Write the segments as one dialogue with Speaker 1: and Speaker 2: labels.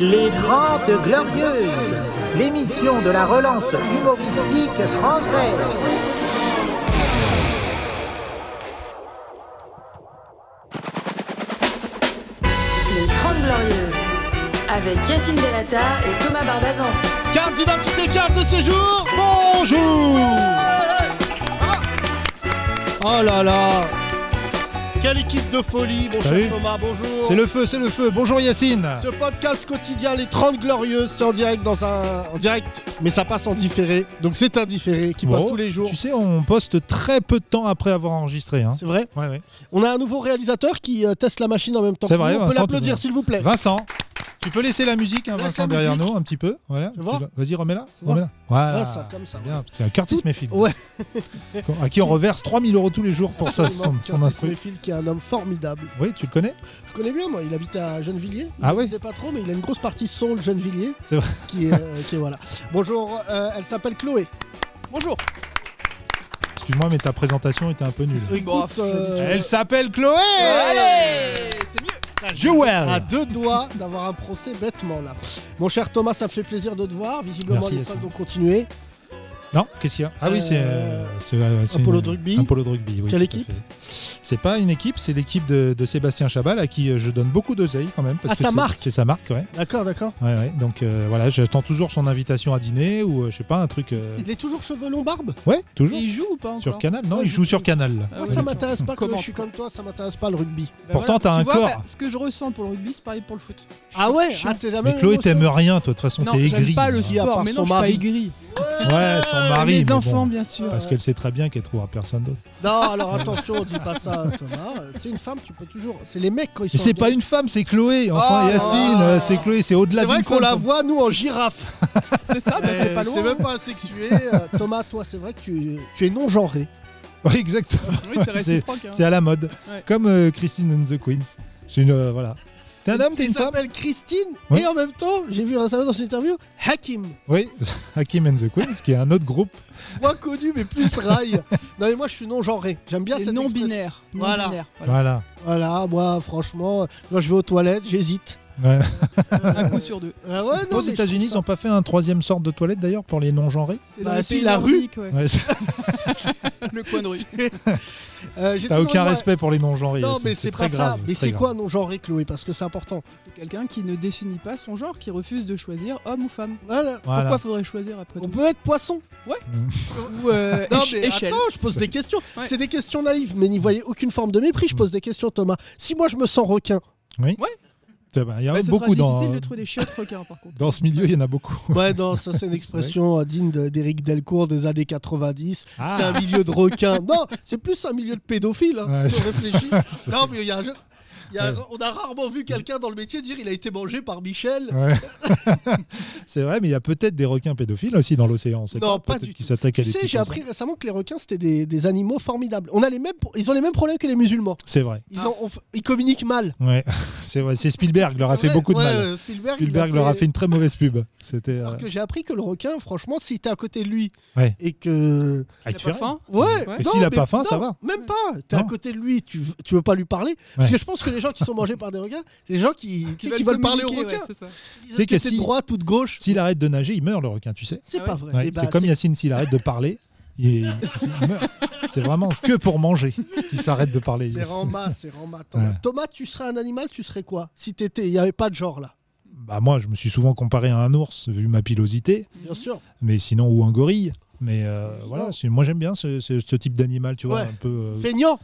Speaker 1: Les Grandes Glorieuses, l'émission de la relance humoristique française.
Speaker 2: Les 30 Glorieuses, avec Yacine Delata et Thomas Barbazan.
Speaker 3: Carte d'identité, carte de séjour
Speaker 4: Bonjour
Speaker 3: Oh là là Quelle équipe de folie, mon
Speaker 4: Salut.
Speaker 3: cher Thomas, bonjour
Speaker 4: C'est le feu, c'est le feu. Bonjour Yacine.
Speaker 3: Ce podcast quotidien, les 30 Glorieuses, c'est en direct dans un... En direct, mais ça passe en différé, donc c'est un différé qui passe
Speaker 4: Bon,
Speaker 3: tous les jours.
Speaker 4: Oh, Tu sais, on poste très peu de temps après avoir enregistré. hein.
Speaker 3: C'est vrai
Speaker 4: Ouais, ouais.
Speaker 3: On a un nouveau réalisateur qui euh, teste la machine en même temps.
Speaker 4: C'est
Speaker 3: que nous.
Speaker 4: vrai,
Speaker 3: on peut
Speaker 4: Vincent,
Speaker 3: l'applaudir
Speaker 4: tu-
Speaker 3: s'il vous plaît.
Speaker 4: Vincent, tu peux laisser la musique, hein,
Speaker 3: Laisse
Speaker 4: Vincent,
Speaker 3: la
Speaker 4: derrière
Speaker 3: musique.
Speaker 4: nous, un petit peu. Voilà.
Speaker 3: voir
Speaker 4: Tu la- Vas-y, remets-la.
Speaker 3: voir.
Speaker 4: remets-la. Voilà.
Speaker 3: Ah, ça, comme ça.
Speaker 4: Bien, parce qu'il y a Curtis
Speaker 3: Tout-
Speaker 4: Mayfield.
Speaker 3: Ouais.
Speaker 4: à qui on reverse 3000 euros tous les jours pour ça, son,
Speaker 3: Absolument,
Speaker 4: son
Speaker 3: Curtis
Speaker 4: instru.
Speaker 3: Mayfield, qui est un homme formidable.
Speaker 4: Oui, tu le connais
Speaker 3: Je connais bien, moi. Il habite à Gennevilliers. Il
Speaker 4: Ah
Speaker 3: le
Speaker 4: oui.
Speaker 3: disait pas trop, mais il a une grosse partie soul Gennevilliers.
Speaker 4: C'est vrai.
Speaker 3: Qui est, euh, qui est- voilà. Bonjour, euh, elle s'appelle Chloé.
Speaker 5: Bonjour.
Speaker 4: Excuse-moi, mais ta présentation était un peu nulle.
Speaker 5: Bon,
Speaker 3: Écoute, euh,
Speaker 4: Elle s'appelle Chloé Ah,
Speaker 5: c'est mieux.
Speaker 4: Eh,
Speaker 3: à
Speaker 4: Jewel
Speaker 3: deux doigts d'avoir un procès bêtement là. Mon cher Thomas, ça me fait plaisir de te voir. Visiblement,
Speaker 4: Merci,
Speaker 3: les
Speaker 4: Yacine.
Speaker 3: salles ont continué.
Speaker 4: Non, qu'est-ce qu'il y a Ah oui, c'est.
Speaker 3: Euh,
Speaker 4: euh, c'est, euh, c'est
Speaker 3: un polo
Speaker 4: une-
Speaker 3: de rugby.
Speaker 4: Un polo de rugby, oui.
Speaker 3: Quelle
Speaker 4: tout à
Speaker 3: équipe
Speaker 4: fait. C'est pas une équipe, c'est l'équipe de, de Sébastien Chabal à qui euh, je donne beaucoup d'oseille quand même. Parce
Speaker 3: Ah,
Speaker 4: que
Speaker 3: sa
Speaker 4: c'est-
Speaker 3: marque
Speaker 4: C'est sa marque, ouais.
Speaker 3: D'accord, d'accord.
Speaker 4: ouais, ouais. Donc euh, voilà, j'attends toujours son invitation à dîner ou euh, je sais pas, un truc. euh,
Speaker 3: Il est toujours cheveux longs, barbe
Speaker 4: Ouais, toujours.
Speaker 5: Il joue ou pas encore
Speaker 4: Sur Canal Non,
Speaker 3: Ouais,
Speaker 4: il
Speaker 3: je-
Speaker 4: joue sur Canal.
Speaker 5: Ah
Speaker 3: Moi,
Speaker 5: ouais,
Speaker 3: ça
Speaker 5: d'accord.
Speaker 3: m'intéresse pas. Comme
Speaker 5: Comment
Speaker 3: je suis comme toi, ça m'intéresse pas le rugby.
Speaker 5: Bah
Speaker 4: Pourtant, t'as un
Speaker 5: tu vois,
Speaker 4: corps.
Speaker 5: bah, ce que je ressens pour le rugby, c'est pareil pour le foot.
Speaker 3: Ah ouais
Speaker 5: Chiant.
Speaker 3: Ah, t'es jamais.
Speaker 4: Mais Chloé, t'aimes rien, toi, de toute façon,
Speaker 5: bah, Non,
Speaker 4: t'es aigri.
Speaker 5: j'aime pas le
Speaker 3: Si, à part
Speaker 5: sport, mais non,
Speaker 3: son
Speaker 5: je suis pas
Speaker 3: mari.
Speaker 5: aigri.
Speaker 4: Ouais, son mari. Ah mais
Speaker 5: Les
Speaker 4: bon,
Speaker 5: enfants, bien sûr.
Speaker 4: Parce qu'elle sait très bien qu'elle trouvera personne d'autre.
Speaker 3: Non, alors attention, dis pas ça, Thomas. Euh, Tu sais, une femme, tu peux toujours. C'est les mecs quand ils sont.
Speaker 4: Et c'est pas
Speaker 3: engagés.
Speaker 4: une femme, c'est Chloé. Enfin,
Speaker 5: Oh là
Speaker 4: Yacine,
Speaker 3: là.
Speaker 4: euh, c'est Chloé, c'est au-delà
Speaker 3: C'est vrai
Speaker 4: d'une
Speaker 3: qu'on
Speaker 4: femme.
Speaker 3: la voit, nous, en girafe.
Speaker 5: C'est ça, bah, c'est pas
Speaker 3: Euh,
Speaker 5: loin.
Speaker 3: même pas asexué. Euh, Thomas, toi, c'est vrai que tu, tu es non-genré.
Speaker 4: Ouais, exactement.
Speaker 5: Oui, c'est réciproque. hein.
Speaker 4: C'est à la mode.
Speaker 5: Ouais.
Speaker 4: Comme euh, Christine and the Queens. C'est une. euh, voilà. T'es un homme, t'es
Speaker 3: Il
Speaker 4: une femme
Speaker 3: s'appelle Christine,
Speaker 4: Ouais.
Speaker 3: et en même temps, j'ai vu récemment dans une interview, Hakim.
Speaker 4: Oui, Hakim and the Queens, qui est un autre groupe.
Speaker 3: moins connu mais plus rail. Non mais moi je suis non genré. J'aime bien
Speaker 5: C'est
Speaker 3: cette
Speaker 5: non
Speaker 3: expression.
Speaker 5: binaire. Non
Speaker 3: Voilà.
Speaker 5: binaire, voilà.
Speaker 4: Voilà.
Speaker 3: Voilà, moi franchement, quand je vais aux toilettes, j'hésite.
Speaker 4: Ouais.
Speaker 5: Un coup sur deux.
Speaker 3: Ah ouais, non,
Speaker 4: aux
Speaker 3: mais je
Speaker 4: États-Unis, ils
Speaker 3: trouve
Speaker 4: n'ont pas fait un troisième sorte de toilette d'ailleurs pour les non-genrés
Speaker 5: C'est dans
Speaker 3: Bah,
Speaker 5: les
Speaker 3: si,
Speaker 5: pays
Speaker 3: la rue.
Speaker 5: nordiques, ouais.
Speaker 4: Ouais, c'est-
Speaker 5: Le coin de rue.
Speaker 3: ça- Euh, j'ai
Speaker 4: T'as
Speaker 3: toujours
Speaker 4: aucun
Speaker 3: le-
Speaker 4: respect pour les non-genrés.
Speaker 3: Non
Speaker 4: Yacine,
Speaker 3: mais c'est
Speaker 4: très
Speaker 3: pas ça.
Speaker 4: grave,
Speaker 3: Mais
Speaker 4: très
Speaker 3: c'est
Speaker 4: grave.
Speaker 3: quoi non genré Chloé parce que c'est important.
Speaker 5: C'est quelqu'un qui ne définit pas son genre, qui refuse de choisir homme ou femme.
Speaker 3: Voilà.
Speaker 4: Voilà.
Speaker 5: Pourquoi faudrait choisir après
Speaker 3: On
Speaker 5: tout
Speaker 3: peut être poisson.
Speaker 5: Ou euh,
Speaker 3: Non
Speaker 5: éche-
Speaker 3: mais
Speaker 5: échelle.
Speaker 3: attends, je pose des questions.
Speaker 5: Ouais.
Speaker 3: C'est des questions naïves, mais n'y voyez aucune forme de mépris. Je pose des questions, Thomas. Si moi je me sens requin,
Speaker 4: Tiens, bah, Il y en
Speaker 5: Bah,
Speaker 4: a
Speaker 5: ce sera
Speaker 4: beaucoup dans,
Speaker 5: difficile de trouver des chiottes requins, par contre.
Speaker 4: dans ce milieu, il y en a beaucoup.
Speaker 3: ouais non, ça c'est une expression euh, digne de- d'Éric Delcourt des années 90.
Speaker 4: Ah.
Speaker 3: C'est un milieu de requins. Non, c'est plus un milieu de pédophiles. Hein,
Speaker 4: Ouais,
Speaker 3: si on
Speaker 4: c'est-
Speaker 3: réfléchit.
Speaker 4: c'est-
Speaker 3: Non, mais il y a un jeu- il y a-
Speaker 4: Ouais.
Speaker 3: on a rarement vu quelqu'un dans le métier dire il a été mangé par Michel.
Speaker 4: Ouais. c'est vrai, mais il y a peut-être des requins pédophiles aussi dans l'océan. On sait
Speaker 3: Non,
Speaker 4: pas,
Speaker 3: pas
Speaker 4: peut-être
Speaker 3: du
Speaker 4: qu'ils
Speaker 3: tout.
Speaker 4: s'attaquent à
Speaker 3: Tu
Speaker 4: des
Speaker 3: sais,
Speaker 4: petits
Speaker 3: j'ai
Speaker 4: poissons.
Speaker 3: appris récemment que les requins c'était des, des animaux formidables. On a les mêmes, pro- ils ont les mêmes problèmes que les musulmans.
Speaker 4: C'est vrai.
Speaker 3: Ils,
Speaker 5: Ah.
Speaker 3: ont- on f- ils communiquent mal.
Speaker 4: Ouais, c'est vrai. C'est Spielberg leur a
Speaker 3: C'est
Speaker 4: Ah, fait
Speaker 3: vrai,
Speaker 4: beaucoup de
Speaker 3: ouais,
Speaker 4: mal.
Speaker 3: euh, Spielberg, il
Speaker 4: Spielberg leur a fait une très mauvaise pub. C'était. euh,
Speaker 3: Alors que j'ai appris que le requin, franchement, si t'es à côté de lui
Speaker 4: Ouais.
Speaker 3: et que
Speaker 4: ah,
Speaker 5: Il a
Speaker 4: tu
Speaker 5: pas
Speaker 4: verras.
Speaker 5: faim
Speaker 3: ouais,
Speaker 5: Ouais.
Speaker 4: Et s'il a
Speaker 3: mais-
Speaker 4: pas faim,
Speaker 3: non,
Speaker 4: ça va.
Speaker 3: Même pas. T'es à
Speaker 4: Non.
Speaker 3: côté de lui, tu, v- tu veux pas lui parler parce
Speaker 4: Ouais.
Speaker 3: que je pense que les gens qui sont mangés par des requins, c'est des gens qui, tu sais, qui veulent parler aux
Speaker 5: communiquer,
Speaker 3: requins.
Speaker 5: ouais, c'est ça.
Speaker 3: Ils disent
Speaker 4: C'est
Speaker 3: que
Speaker 4: que
Speaker 3: t'es
Speaker 4: si-
Speaker 3: de droite ou de gauche.
Speaker 4: S'il arrête de nager, il meurt le requin, tu sais.
Speaker 3: C'est
Speaker 5: Ah
Speaker 3: pas
Speaker 5: ouais.
Speaker 3: vrai.
Speaker 4: Ouais,
Speaker 3: Eh ben,
Speaker 4: c'est comme Yacine, s'il arrête de parler, il, il meurt. C'est vraiment que pour manger qu'il s'arrête de parler.
Speaker 3: C'est
Speaker 4: Yacine.
Speaker 3: Rama, c'est Rama. Thomas.
Speaker 4: Ouais.
Speaker 3: Thomas, tu serais un animal, tu serais quoi Si t'étais, il n'y avait pas de genre là.
Speaker 4: Bah, moi, je me suis souvent comparé à un ours, vu ma pilosité,
Speaker 5: Mhm.
Speaker 3: Bien sûr.
Speaker 4: mais sinon, ou un gorille. Mais euh,
Speaker 3: Non.
Speaker 4: voilà, c'est- moi j'aime bien ce, ce- ce type d'animal, tu vois,
Speaker 3: Ouais.
Speaker 4: un peu. euh,
Speaker 3: Feignant.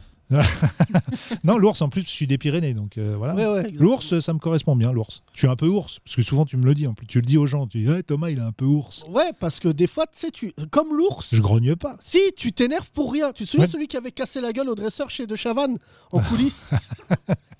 Speaker 4: Non, l'ours en plus, je suis des Pyrénées, donc euh, voilà.
Speaker 3: Ouais, ouais, exactement.
Speaker 4: l'ours, ça me correspond bien, l'ours. Je suis un peu ours, parce que souvent tu me le dis, en plus, tu le dis aux gens, tu dis, Ouais, Thomas, il est un peu ours.
Speaker 3: Ouais, parce que des fois, tu sais, tu comme l'ours.
Speaker 4: Je grogne pas.
Speaker 3: Si tu t'énerves pour rien, tu te souviens
Speaker 4: Ouais.
Speaker 3: celui qui avait cassé la gueule au dresseur chez De Chavannes en coulisses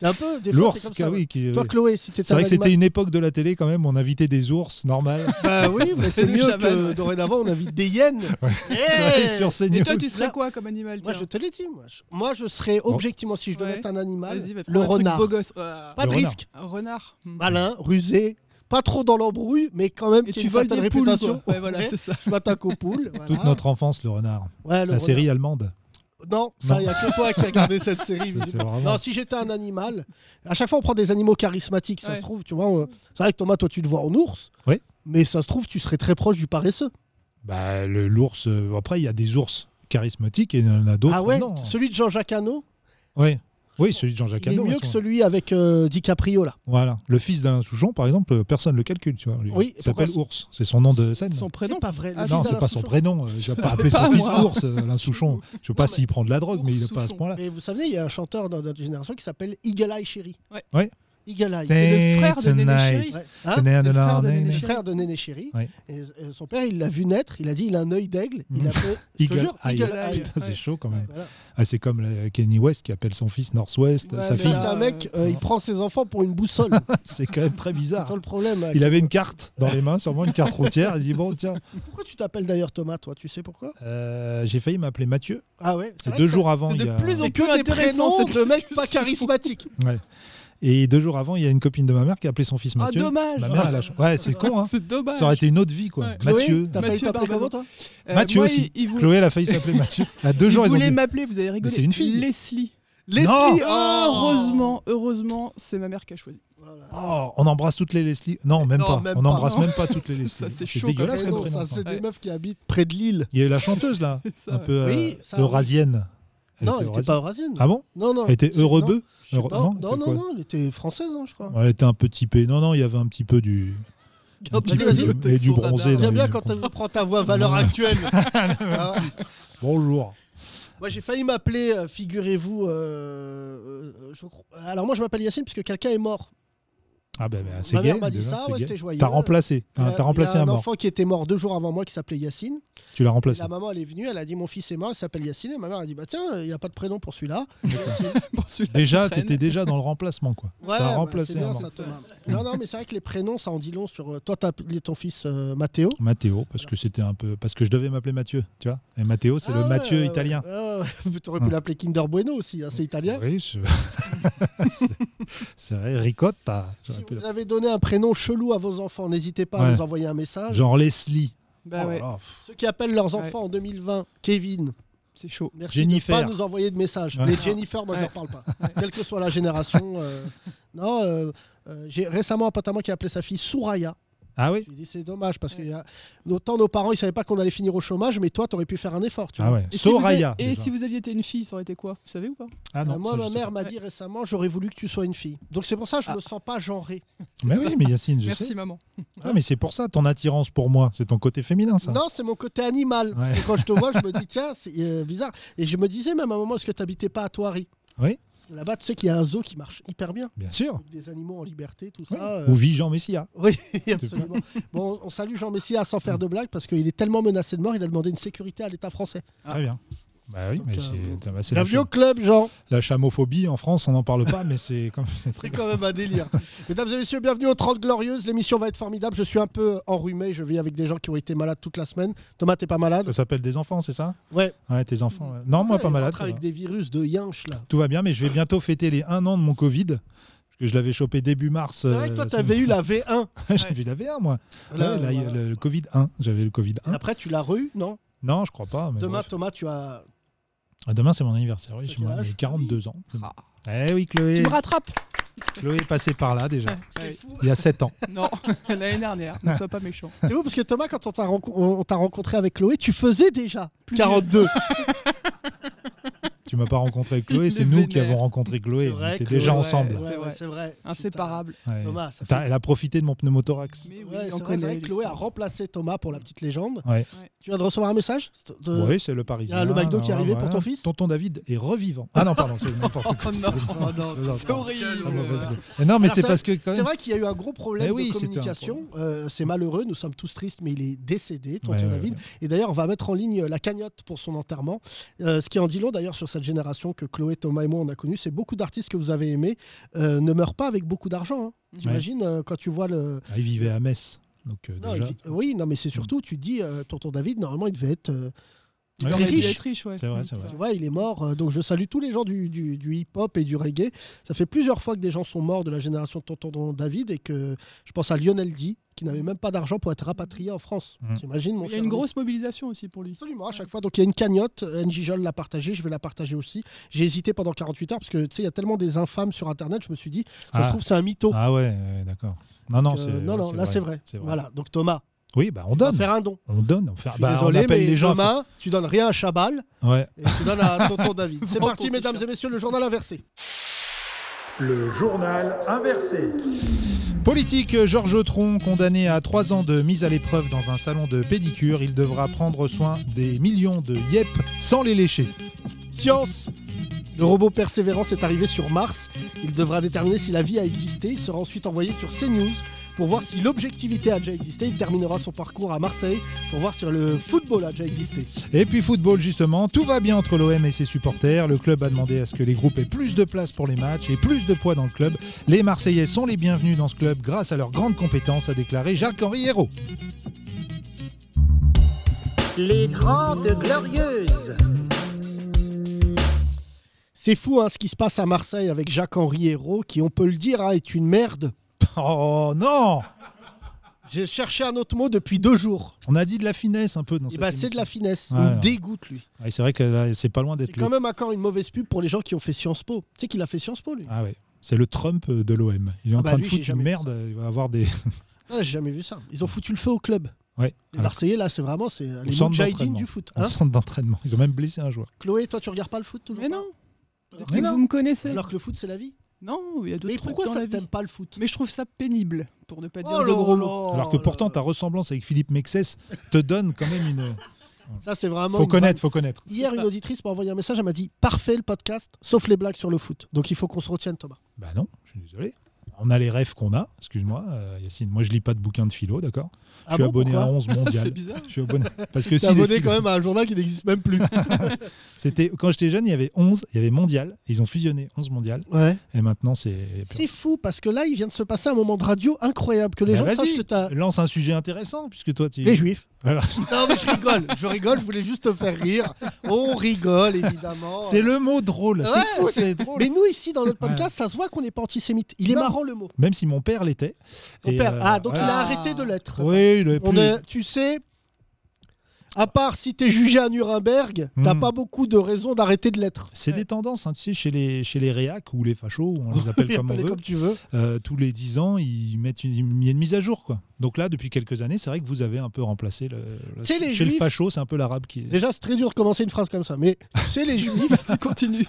Speaker 3: C'est un peu des fois, t'es
Speaker 4: L'ours,
Speaker 3: comme ça,
Speaker 4: ah oui, qui-
Speaker 3: ouais. Toi,
Speaker 4: oui.
Speaker 3: Chloé, si t'étais
Speaker 4: C'est vrai
Speaker 3: un
Speaker 4: que c'était
Speaker 3: animal.
Speaker 4: une époque de la télé quand même, on invitait des ours, normal.
Speaker 3: Bah oui, mais c'est
Speaker 5: De
Speaker 3: mieux
Speaker 5: Chavannes,
Speaker 3: que
Speaker 5: ouais.
Speaker 3: dorénavant, on invite des hyènes.
Speaker 4: C'est
Speaker 3: Eh
Speaker 4: vrai, sur CNews.
Speaker 5: Et toi, tu
Speaker 3: Là-
Speaker 5: serais quoi comme animal
Speaker 3: Moi,
Speaker 5: tiens
Speaker 3: je te l'ai dit. Moi, je, moi, je serais objectivement, si je devais
Speaker 5: Ouais.
Speaker 3: être un animal,
Speaker 5: Vas-y, va
Speaker 3: le
Speaker 5: prendre un truc
Speaker 3: renard.
Speaker 5: beau gosse. Euh,
Speaker 3: Pas
Speaker 4: Le
Speaker 3: de
Speaker 4: renard.
Speaker 3: risque.
Speaker 5: Un renard. Hmm.
Speaker 3: malin, rusé, pas trop dans l'embrouille, mais quand même Bah, qui
Speaker 5: Et
Speaker 3: a
Speaker 5: Bah, tu
Speaker 3: une
Speaker 5: voles
Speaker 3: certaine
Speaker 5: des poules,
Speaker 3: réputation.
Speaker 5: quoi. Ouais, voilà, c'est ça.
Speaker 3: je m'attaque aux poules. voilà.
Speaker 4: Toute notre enfance, le renard.
Speaker 3: Ouais, le
Speaker 4: la
Speaker 3: renard.
Speaker 4: série allemande.
Speaker 3: Non, ça, il n'y a que toi qui a regardé cette série.
Speaker 4: Ça,
Speaker 3: mais
Speaker 4: c'est
Speaker 3: c'est pas-
Speaker 4: vraiment-
Speaker 3: Non, si j'étais un animal, à chaque fois on prend des animaux charismatiques, ça
Speaker 5: Ouais.
Speaker 3: se trouve, tu vois. on- C'est vrai que Thomas, toi, tu te vois en ours.
Speaker 4: Oui.
Speaker 3: Mais ça se trouve, tu serais très proche du paresseux.
Speaker 4: Bah, le- l'ours. euh, après, il y a des ours charismatiques et il y en a d'autres.
Speaker 3: ah ouais
Speaker 4: non.
Speaker 3: Celui de Jean-Jacques Hano,
Speaker 4: Ouais. Oui, celui de Jean-Jacques
Speaker 3: il est
Speaker 4: Hano,
Speaker 3: mieux
Speaker 4: ils
Speaker 3: que
Speaker 4: sont-
Speaker 3: celui avec euh, DiCaprio, là.
Speaker 4: Voilà. Le fils d'Alain Souchon, par exemple, euh, personne ne le calcule, tu vois. lui.
Speaker 3: Oui,
Speaker 4: il
Speaker 3: pourquoi
Speaker 4: s'appelle Ours. C'est son nom de scène.
Speaker 5: Son prénom
Speaker 3: C'est pas vrai. le
Speaker 5: Ah,
Speaker 3: fils
Speaker 4: non,
Speaker 3: d'Alain
Speaker 4: c'est pas son
Speaker 3: Souchon.
Speaker 4: prénom. euh, Je vais pas appeler
Speaker 5: pas,
Speaker 4: son fils
Speaker 5: moi.
Speaker 4: Ours, euh, Alain Souchon. Je sais pas
Speaker 5: Ah,
Speaker 3: Non,
Speaker 4: s'il prend de la drogue, mais il est
Speaker 5: Ours
Speaker 4: pas à ce
Speaker 5: Souchon.
Speaker 4: point-là.
Speaker 3: Mais vous savez, il y a un chanteur dans notre génération qui s'appelle Eagle Eye Chéri.
Speaker 5: Ouais.
Speaker 4: Ouais.
Speaker 3: Eagle Eye.
Speaker 5: C'est le frère de Néné
Speaker 4: Tonight.
Speaker 5: Chéri.
Speaker 3: Ouais. Hein
Speaker 4: Tenez,
Speaker 5: le frère de
Speaker 4: tenez,
Speaker 5: Néné
Speaker 3: le
Speaker 4: tenez.
Speaker 3: frère de Néné Chéri.
Speaker 4: Ouais.
Speaker 3: Et, euh, son père, il l'a vu naître, il a dit il a un œil d'aigle, il
Speaker 4: Mhm.
Speaker 3: a fait je te
Speaker 4: Eagle
Speaker 3: jure,
Speaker 4: Eye.
Speaker 3: Eagle
Speaker 5: Eagle
Speaker 3: Eye.
Speaker 5: Eye.
Speaker 4: Putain, C'est
Speaker 5: Ouais.
Speaker 4: chaud quand même.
Speaker 3: Voilà.
Speaker 4: Ah, c'est comme la- Kenny West qui appelle son fils Northwest,
Speaker 5: Ouais,
Speaker 4: sa
Speaker 5: mais
Speaker 4: fille.
Speaker 3: Ça, c'est un mec, euh, il prend ses enfants pour une boussole.
Speaker 4: C'est quand même très
Speaker 3: c'est
Speaker 4: bizarre.
Speaker 3: toi le problème.
Speaker 4: Il avait une carte dans les mains, sûrement une carte routière. Il dit Bon, tiens,
Speaker 3: Pourquoi tu t'appelles d'ailleurs Thomas, toi Tu sais pourquoi
Speaker 4: euh, j'ai failli m'appeler Mathieu.
Speaker 3: Ah ouais c'est
Speaker 4: Et
Speaker 3: vrai
Speaker 4: deux
Speaker 3: que
Speaker 4: jours avant,
Speaker 5: C'est
Speaker 4: il y
Speaker 5: de
Speaker 4: a.
Speaker 5: plus en
Speaker 3: c'est
Speaker 5: plus
Speaker 3: que des
Speaker 5: intéressant
Speaker 3: prénoms
Speaker 5: cette
Speaker 3: de mecs pas
Speaker 5: discussion.
Speaker 3: charismatiques.
Speaker 4: Ouais. Et deux jours avant, il y a une copine de ma mère qui a appelé son fils
Speaker 5: Ah
Speaker 4: Mathieu.
Speaker 5: dommage.
Speaker 4: ma mère, elle a. Ouais, c'est con, hein.
Speaker 5: C'est dommage.
Speaker 4: Ça aurait été une autre vie, quoi.
Speaker 5: Ouais.
Speaker 4: Mathieu.
Speaker 3: Chloé, T'as failli
Speaker 5: Mathieu
Speaker 3: t'appeler
Speaker 5: Barbelot.
Speaker 3: comment toi
Speaker 5: Euh,
Speaker 4: Mathieu
Speaker 5: moi,
Speaker 4: aussi.
Speaker 5: il- il voulait-
Speaker 4: Chloé, elle a failli s'appeler Mathieu. À deux
Speaker 5: il
Speaker 4: jours, ils ont
Speaker 5: voulait
Speaker 4: dit-
Speaker 5: m'appeler, vous allez rigoler.
Speaker 4: c'est une fille.
Speaker 5: Leslie.
Speaker 3: Leslie
Speaker 4: Non.
Speaker 3: oh
Speaker 5: Heureusement, heureusement, c'est ma mère qui a choisi.
Speaker 3: Voilà.
Speaker 4: Oh, on embrasse toutes les Leslie. Non, même
Speaker 3: Non,
Speaker 4: pas.
Speaker 3: même
Speaker 4: on
Speaker 3: pas,
Speaker 4: n'embrasse
Speaker 5: non.
Speaker 4: même pas toutes les
Speaker 5: Ça,
Speaker 4: Leslie. C'est
Speaker 5: c'est chaud, quand
Speaker 4: dégueulasse
Speaker 5: même.
Speaker 4: comme
Speaker 3: Prénoms,
Speaker 4: prénom.
Speaker 3: ça, c'est des
Speaker 5: Ouais.
Speaker 3: mecs qui habitent près de Lille.
Speaker 4: Il y a eu la chanteuse, là.
Speaker 5: C'est ça,
Speaker 4: Un
Speaker 5: ouais.
Speaker 4: peu euh,
Speaker 3: Oui, ça, oui.
Speaker 4: eurasienne.
Speaker 3: non, elle était
Speaker 4: eurasienne.
Speaker 3: pas eurasienne.
Speaker 4: Ah bon
Speaker 3: non, non.
Speaker 4: Elle était
Speaker 3: Non,
Speaker 4: heurebeu
Speaker 3: je sais
Speaker 4: Heure-
Speaker 3: pas. non,
Speaker 4: non,
Speaker 3: non,
Speaker 4: c'est quoi
Speaker 3: non, elle était française, hein, je crois.
Speaker 4: Ouais, Elle était un peu typée. Non, non, il y avait un petit peu du. un petit
Speaker 3: Oh, vas-y,
Speaker 4: peu
Speaker 3: vas-y.
Speaker 4: de- Et du
Speaker 5: Son
Speaker 4: bronzé.
Speaker 5: radar.
Speaker 4: dans
Speaker 3: J'aime bien
Speaker 4: les-
Speaker 3: quand tu prends ta voix valeur actuelle. Ah,
Speaker 4: Bonjour.
Speaker 3: moi, j'ai failli m'appeler, euh, figurez-vous. euh, euh, je crois- Alors, moi, je m'appelle Yacine puisque quelqu'un est mort.
Speaker 4: Ah ben, ben, c'est
Speaker 3: Ma
Speaker 4: gay.
Speaker 3: mère m'a dit
Speaker 4: déjà,
Speaker 3: ça,
Speaker 4: c'est
Speaker 3: ouais,
Speaker 4: gay.
Speaker 3: c'était joyeux.
Speaker 4: T'as remplacé.
Speaker 3: Il y
Speaker 4: hein,
Speaker 3: a-
Speaker 4: T'as
Speaker 3: il
Speaker 4: remplacé
Speaker 3: y a
Speaker 4: un
Speaker 3: un
Speaker 4: mort. Ah,
Speaker 3: enfant qui était mort deux jours avant moi qui s'appelait Yacine.
Speaker 4: Tu l'as
Speaker 3: Et
Speaker 4: remplacé.
Speaker 3: La maman, elle est venue, elle a dit Mon fils est mort, il s'appelle Yacine. Et ma mère, elle a dit Bah tiens, il n'y a pas de prénom pour celui-là.
Speaker 5: Bon, celui-là,
Speaker 4: Déjà,
Speaker 5: qui traîne.
Speaker 4: t'étais déjà dans le remplacement, quoi.
Speaker 3: Ouais,
Speaker 4: T'as
Speaker 3: bah,
Speaker 4: remplacé
Speaker 3: c'est bien
Speaker 4: un
Speaker 3: ça,
Speaker 4: mort.
Speaker 3: Thomas. Non, non, mais c'est vrai que les prénoms, ça en dit long sur. euh, Toi, t'as appelé ton fils euh, Mathéo.
Speaker 4: Mathéo, parce que c'était un peu. Parce que je devais m'appeler Mathieu, tu vois. Et Mathéo, c'est
Speaker 3: Ah
Speaker 4: le
Speaker 3: ouais,
Speaker 4: Mathieu
Speaker 3: ouais, ouais.
Speaker 4: italien.
Speaker 3: Ah ouais, T'aurais pu
Speaker 4: Ouais.
Speaker 3: l'appeler Kinder Bueno aussi, hein, c'est italien.
Speaker 4: Oui, je- c'est- c'est vrai, ricotta.
Speaker 3: Si vous avez donné un prénom chelou à vos enfants, n'hésitez pas à
Speaker 4: Ouais.
Speaker 3: nous envoyer un message.
Speaker 4: Genre Leslie.
Speaker 3: Ah
Speaker 5: Bah
Speaker 4: Oh là
Speaker 5: ouais,
Speaker 4: là, pff,
Speaker 3: Ceux qui appellent leurs
Speaker 5: Ouais.
Speaker 3: enfants en 2020, Kevin,
Speaker 5: c'est chaud.
Speaker 3: merci
Speaker 4: Jennifer.
Speaker 3: de ne pas nous envoyer de message.
Speaker 4: Ouais.
Speaker 3: Les Jennifer, moi je
Speaker 5: Ouais.
Speaker 3: leur parle pas. Quelle que soit la génération. euh, Non, euh, euh, j'ai récemment un pote à moi qui a appelé sa fille Souraya.
Speaker 4: Ah oui
Speaker 3: Je lui ai dit c'est dommage parce que y a- autant nos parents ils savaient pas qu'on allait finir au chômage, mais toi t'aurais pu faire un effort. Tu
Speaker 4: Ah
Speaker 3: vois.
Speaker 4: ouais.
Speaker 5: Et si vous
Speaker 4: Soraya.
Speaker 5: avez- Et
Speaker 4: déjà.
Speaker 5: si vous aviez été une fille, ça aurait été quoi Vous savez ou pas
Speaker 4: Ah
Speaker 3: Euh, moi,
Speaker 4: ça, je
Speaker 3: ma
Speaker 4: sais
Speaker 3: mère
Speaker 4: pas.
Speaker 3: m'a dit récemment, j'aurais voulu que tu sois une fille. Donc c'est pour ça que je
Speaker 5: Ah.
Speaker 3: me sens pas genré.
Speaker 4: Mais oui, mais Yacine, je
Speaker 5: Merci
Speaker 4: sais.
Speaker 5: maman.
Speaker 4: Ah, mais c'est pour ça, ton attirance pour moi, c'est ton côté féminin, ça.
Speaker 3: Non, c'est mon côté animal. Parce que
Speaker 4: Ouais.
Speaker 3: quand je te vois, je me dis, tiens, c'est euh, bizarre. Et je me disais même à un moment, est-ce que tu n'habitais pas à Thoiry
Speaker 4: Oui.
Speaker 3: Parce que là-bas, tu sais qu'il y a un zoo qui marche hyper bien.
Speaker 4: Bien sûr.
Speaker 3: Avec des animaux en liberté, tout
Speaker 4: Oui.
Speaker 3: ça. euh,
Speaker 4: Ou vit Jean Messia.
Speaker 3: oui, absolument. Bon, on salue Jean Messia sans
Speaker 4: Mm.
Speaker 3: faire de blague parce qu'il est tellement menacé de mort, il a demandé une sécurité à l'État français.
Speaker 4: Très bien. Bah oui,
Speaker 3: Ah. Donc,
Speaker 4: mais
Speaker 3: euh,
Speaker 4: c'est- bah, c'est la,
Speaker 3: Bienvenue au
Speaker 4: cha-
Speaker 3: club, Jean.
Speaker 4: la chamophobie en France, on n'en parle pas, mais c'est comme c'est très
Speaker 3: C'est quand même un délire. Mesdames et messieurs, bienvenue aux 30 Glorieuses. L'émission va être formidable. Je suis un peu enrhumé. Je vis avec des gens qui ont été malades toute la semaine. Thomas, t'es pas malade
Speaker 4: Ça s'appelle des enfants, c'est ça
Speaker 3: Ouais.
Speaker 4: Ouais, tes enfants. ouais. Non, moi,
Speaker 3: Ouais,
Speaker 4: pas
Speaker 3: il
Speaker 4: malade.
Speaker 3: rentre
Speaker 4: ça
Speaker 3: Avec
Speaker 4: va.
Speaker 3: des virus de yinche, là.
Speaker 4: Tout va bien, mais je vais bientôt fêter les 1 an de mon Covid. Parce que je l'avais chopé début mars. euh,
Speaker 3: C'est vrai que toi, t'avais eu la V1.
Speaker 4: J'avais eu la V1, moi.
Speaker 3: Là,
Speaker 4: Ouais, là, il y a
Speaker 3: voilà. Hein
Speaker 4: le, le Covid 1. J'avais le Covid 1.
Speaker 3: Après, tu l'as re non
Speaker 4: Non, je crois pas. mais
Speaker 3: Demain,
Speaker 4: bref.
Speaker 3: Thomas, tu as.
Speaker 4: Ah, Demain, c'est mon anniversaire. Oui,
Speaker 3: T'as
Speaker 4: j'ai
Speaker 3: quel
Speaker 4: moi,
Speaker 3: âge
Speaker 4: j'ai 42 ans.
Speaker 5: Ah.
Speaker 4: Eh oui, Chloé.
Speaker 5: Tu me rattrapes
Speaker 4: Chloé est passée par là déjà.
Speaker 5: Ouais.
Speaker 3: fou.
Speaker 4: Il y a 7 ans.
Speaker 5: Non, l'année dernière, ne sois pas méchant.
Speaker 3: C'est fou parce que Thomas, quand on t'a renco- on t'a rencontré avec Chloé, tu faisais déjà
Speaker 5: Plus
Speaker 3: 42.
Speaker 4: Tu m'as pas rencontré avec Chloé,
Speaker 5: Il
Speaker 4: c'est
Speaker 5: est
Speaker 4: nous
Speaker 5: vénère.
Speaker 4: qui avons rencontré Chloé.
Speaker 3: C'est
Speaker 4: On
Speaker 3: vrai,
Speaker 4: était
Speaker 3: Chloé,
Speaker 4: déjà
Speaker 5: ouais.
Speaker 4: ensemble.
Speaker 3: Ouais, ouais,
Speaker 5: ouais.
Speaker 3: c'est vrai.
Speaker 5: Inséparable.
Speaker 4: Ouais.
Speaker 3: Thomas, ça
Speaker 4: Putain,
Speaker 3: fait-
Speaker 4: Elle a profité de mon pneumothorax.
Speaker 5: Mais
Speaker 3: Putain.
Speaker 5: oui,
Speaker 3: Ouais,
Speaker 5: on
Speaker 3: c'est vrai, c'est
Speaker 5: connaît.
Speaker 3: vrai que Chloé a
Speaker 5: l'histoire.
Speaker 3: remplacé Thomas pour la petite légende.
Speaker 4: Ouais.
Speaker 3: Tu viens de recevoir un message de-
Speaker 4: Oui, c'est le Parisien.
Speaker 3: il Euh, y a le McDo qui est
Speaker 4: là,
Speaker 3: arrivé
Speaker 4: voilà.
Speaker 3: pour ton fils
Speaker 4: Tonton David est revivant. Ah non, pardon, c'est
Speaker 5: Oh
Speaker 4: n'importe quoi.
Speaker 5: non,
Speaker 4: excusez-moi.
Speaker 5: c'est horrible.
Speaker 4: Très mauvaise blague. Mais Non, mais
Speaker 3: Euh, Alors,
Speaker 4: c'est parce que quand
Speaker 3: C'est
Speaker 4: même.
Speaker 3: vrai qu'il y a eu un gros problème
Speaker 4: Mais oui,
Speaker 3: de
Speaker 4: c'était un
Speaker 3: communication. Euh, c'est malheureux, nous sommes tous tristes, mais il est décédé, tonton
Speaker 4: Ouais, ouais,
Speaker 3: David.
Speaker 4: ouais.
Speaker 3: Et d'ailleurs, on va mettre en ligne euh, la cagnotte pour son enterrement. Euh, ce qui en dit long d'ailleurs sur cette génération que Chloé, Thomas et moi on a connue, c'est beaucoup d'artistes que vous avez aimés euh, ne meurent pas avec beaucoup d'argent. hein. T'imagines euh, quand tu vois le.
Speaker 4: Ah, il vivait à Metz. Donc euh,
Speaker 3: Non,
Speaker 4: déjà.
Speaker 3: il- Oui, non, mais c'est surtout, tu te dis, euh, tonton David, normalement il devait être. euh,
Speaker 5: Il
Speaker 4: Ouais.
Speaker 5: aurait
Speaker 3: Très
Speaker 5: dû
Speaker 3: riche.
Speaker 5: être riche, ouais.
Speaker 4: C'est vrai, c'est vrai.
Speaker 3: Tu vois, il est mort. euh, Donc je salue tous les gens du, du- du hip-hop et du reggae. Ça fait plusieurs fois que des gens sont morts de la génération de Tonton David et que je pense à Lionel D, qui n'avait même pas d'argent pour être rapatrié en France.
Speaker 4: Mm.
Speaker 3: T'imagines, mon
Speaker 5: Il y a
Speaker 3: cher
Speaker 5: une
Speaker 3: ami
Speaker 5: grosse mobilisation aussi pour lui.
Speaker 3: Absolument, à chaque fois. Donc il y a une cagnotte, NJ Jol l'a partagée, je vais la partager aussi. J'ai hésité pendant 48 heures parce que tu sais, il y a tellement des infâmes sur Internet, je me suis dit, ça
Speaker 4: Ah.
Speaker 3: se trouve, c'est un mytho.
Speaker 4: Ah ouais, ouais, d'accord. Non, non,
Speaker 3: Euh,
Speaker 4: c'est-
Speaker 3: non,
Speaker 4: ouais,
Speaker 3: non, là c'est vrai.
Speaker 4: c'est
Speaker 3: Voilà, donc Thomas,
Speaker 4: Oui, bah on
Speaker 3: on va
Speaker 4: donne.
Speaker 3: faire un don.
Speaker 4: On donne. On, fait,
Speaker 3: Je suis
Speaker 4: bah,
Speaker 3: désolé,
Speaker 4: on appelle
Speaker 3: mais
Speaker 4: les gens. à faire-
Speaker 3: Thomas, tu donnes rien à Chabal
Speaker 4: Ouais.
Speaker 3: et tu donnes à Tonton David. C'est
Speaker 5: Prends
Speaker 3: parti,
Speaker 5: ton
Speaker 3: mesdames
Speaker 5: t-shirt.
Speaker 3: et messieurs, le journal inversé.
Speaker 1: Le journal inversé.
Speaker 4: Politique, euh, Georges Tron, condamné à 3 ans de mise à l'épreuve dans un salon de pédicure, il devra prendre soin des millions de yep sans les lécher.
Speaker 3: Science Le robot Persévérance est arrivé sur Mars. Il devra déterminer si la vie a existé. Il sera ensuite envoyé sur CNews pour voir si l'objectivité a déjà existé. Il terminera son parcours à Marseille pour voir si le football a déjà existé.
Speaker 4: Et puis football justement, tout va bien entre l'OM et ses supporters. Le club a demandé à ce que les groupes aient plus de place pour les matchs et plus de poids dans le club. Les Marseillais sont les bienvenus dans ce club grâce à leurs grandes compétences, a déclaré Jacques-Henri Hérault.
Speaker 1: Les 30 Glorieuses.
Speaker 3: C'est fou hein, ce qui se passe à Marseille avec Jacques-Henri Hérault, qui, on peut le dire, hein, est une merde.
Speaker 4: Oh non
Speaker 3: J'ai cherché un autre mot depuis deux jours.
Speaker 4: On a dit de la finesse un peu dans
Speaker 3: Et
Speaker 4: cette
Speaker 3: bah, c'est de la finesse.
Speaker 4: Ouais,
Speaker 3: Il me
Speaker 4: ouais.
Speaker 3: dégoûte, lui.
Speaker 4: émission. Ouais, C'est vrai que là, c'est pas loin
Speaker 3: C'est
Speaker 4: d'être
Speaker 3: quand
Speaker 4: le...
Speaker 3: même encore une mauvaise pub pour les gens qui ont fait Sciences Po. Tu sais qu'il a fait Sciences Po, lui
Speaker 4: Ah ouais. C'est le Trump de l'OM. Il est en
Speaker 3: Ah bah,
Speaker 4: train de
Speaker 3: lui, j'ai
Speaker 4: foutre une
Speaker 3: jamais vu
Speaker 4: merde. Il va avoir des.
Speaker 3: Ah, J'ai jamais vu ça. Ils ont foutu le feu au club.
Speaker 4: Ouais.
Speaker 3: Les Marseillais, là, c'est vraiment c'est les
Speaker 4: centre
Speaker 3: Moudjahidines
Speaker 4: d'entraînement.
Speaker 3: du foot.
Speaker 4: Un
Speaker 3: hein.
Speaker 4: centre d'entraînement. Ils ont même blessé un joueur.
Speaker 3: Chloé, toi, tu regardes pas le foot toujours
Speaker 5: Mais
Speaker 3: pas
Speaker 5: non,
Speaker 3: Alors,
Speaker 4: Mais
Speaker 5: mais
Speaker 4: non.
Speaker 5: vous me connaissez.
Speaker 3: Alors que le foot, c'est la vie.
Speaker 5: Non, il y a
Speaker 3: Mais
Speaker 5: d'autres trucs
Speaker 3: pourquoi
Speaker 5: dans
Speaker 3: ça
Speaker 5: la vie.
Speaker 3: t'aime pas le foot
Speaker 5: Mais je trouve ça pénible, pour ne pas dire
Speaker 3: Oh
Speaker 5: de
Speaker 3: là
Speaker 5: gros
Speaker 3: là
Speaker 5: mots.
Speaker 4: Alors que
Speaker 3: là
Speaker 4: pourtant,
Speaker 3: là.
Speaker 4: ta ressemblance avec Philippe Mexès te donne quand même une.
Speaker 3: Ça, c'est vraiment.
Speaker 4: Faut
Speaker 3: une
Speaker 4: connaître, faut connaître.
Speaker 3: vanne. Hier, une auditrice m'a envoyé un message. Elle m'a dit Parfait le podcast, sauf les blagues sur le foot. Donc il faut qu'on se retienne, Thomas.
Speaker 4: Bah non, je suis désolé. On a les rêves qu'on a, excuse-moi, euh, Yacine. Moi, je lis pas de bouquins de philo, d'accord Je
Speaker 3: Ah
Speaker 4: suis
Speaker 3: bon,
Speaker 4: abonné
Speaker 3: pourquoi
Speaker 4: à 11
Speaker 5: C'est
Speaker 4: mondial.
Speaker 5: bizarre.
Speaker 4: Je suis abonné. Parce que
Speaker 3: T'es
Speaker 4: si les
Speaker 3: abonné
Speaker 4: philo-
Speaker 3: quand même à un journal qui n'existe même plus.
Speaker 4: C'était quand j'étais jeune, il y avait 11, il y avait mondial. Ils ont fusionné 11 mondial
Speaker 3: ouais.
Speaker 4: et maintenant c'est.
Speaker 3: C'est fou parce que là, il vient de se passer un moment de radio incroyable que les
Speaker 4: Bah
Speaker 3: gens
Speaker 4: vas-y.
Speaker 3: sachent que t'as.
Speaker 4: Lance un sujet intéressant puisque toi tu.
Speaker 3: Les juifs.
Speaker 4: Voilà.
Speaker 3: Non, mais je rigole. Je rigole, je voulais juste te faire rire. On rigole, évidemment.
Speaker 4: C'est le mot drôle.
Speaker 3: Oh. Ouais,
Speaker 4: c'est fou, c'est drôle.
Speaker 3: Mais nous, ici, dans notre podcast, ça se voit qu'on n'est pas antisémite. Il est
Speaker 4: Non.
Speaker 3: marrant le mot.
Speaker 4: Même si mon père l'était.
Speaker 3: Ton
Speaker 4: Et,
Speaker 3: père.
Speaker 4: euh,
Speaker 3: ah, donc
Speaker 4: ouais.
Speaker 3: il a
Speaker 5: Ah.
Speaker 3: arrêté de l'être.
Speaker 4: Oui, il avait
Speaker 3: On
Speaker 4: plus-
Speaker 3: est- tu sais, à part si t'es jugé à Nuremberg, t'as
Speaker 4: Hmm.
Speaker 3: pas beaucoup de raisons d'arrêter de l'être.
Speaker 4: C'est
Speaker 5: Ouais.
Speaker 4: des tendances, hein, tu sais, chez les, chez les réacs ou les fachos, on les appelle comme on
Speaker 3: Appelle-les
Speaker 4: veut,
Speaker 3: tu veux.
Speaker 4: euh, tous les 10 ans, ils mettent une, il y a une mise à jour. quoi. Donc là, depuis quelques années, c'est vrai que vous avez un peu remplacé le. le-
Speaker 3: Tu sais, les
Speaker 4: chez le
Speaker 3: Juifs-
Speaker 4: facho, c'est un peu l'arabe qui.
Speaker 3: Déjà, c'est très dur de commencer une phrase comme ça. Mais tu sais, les
Speaker 4: Bah,
Speaker 3: juifs,
Speaker 5: Continue.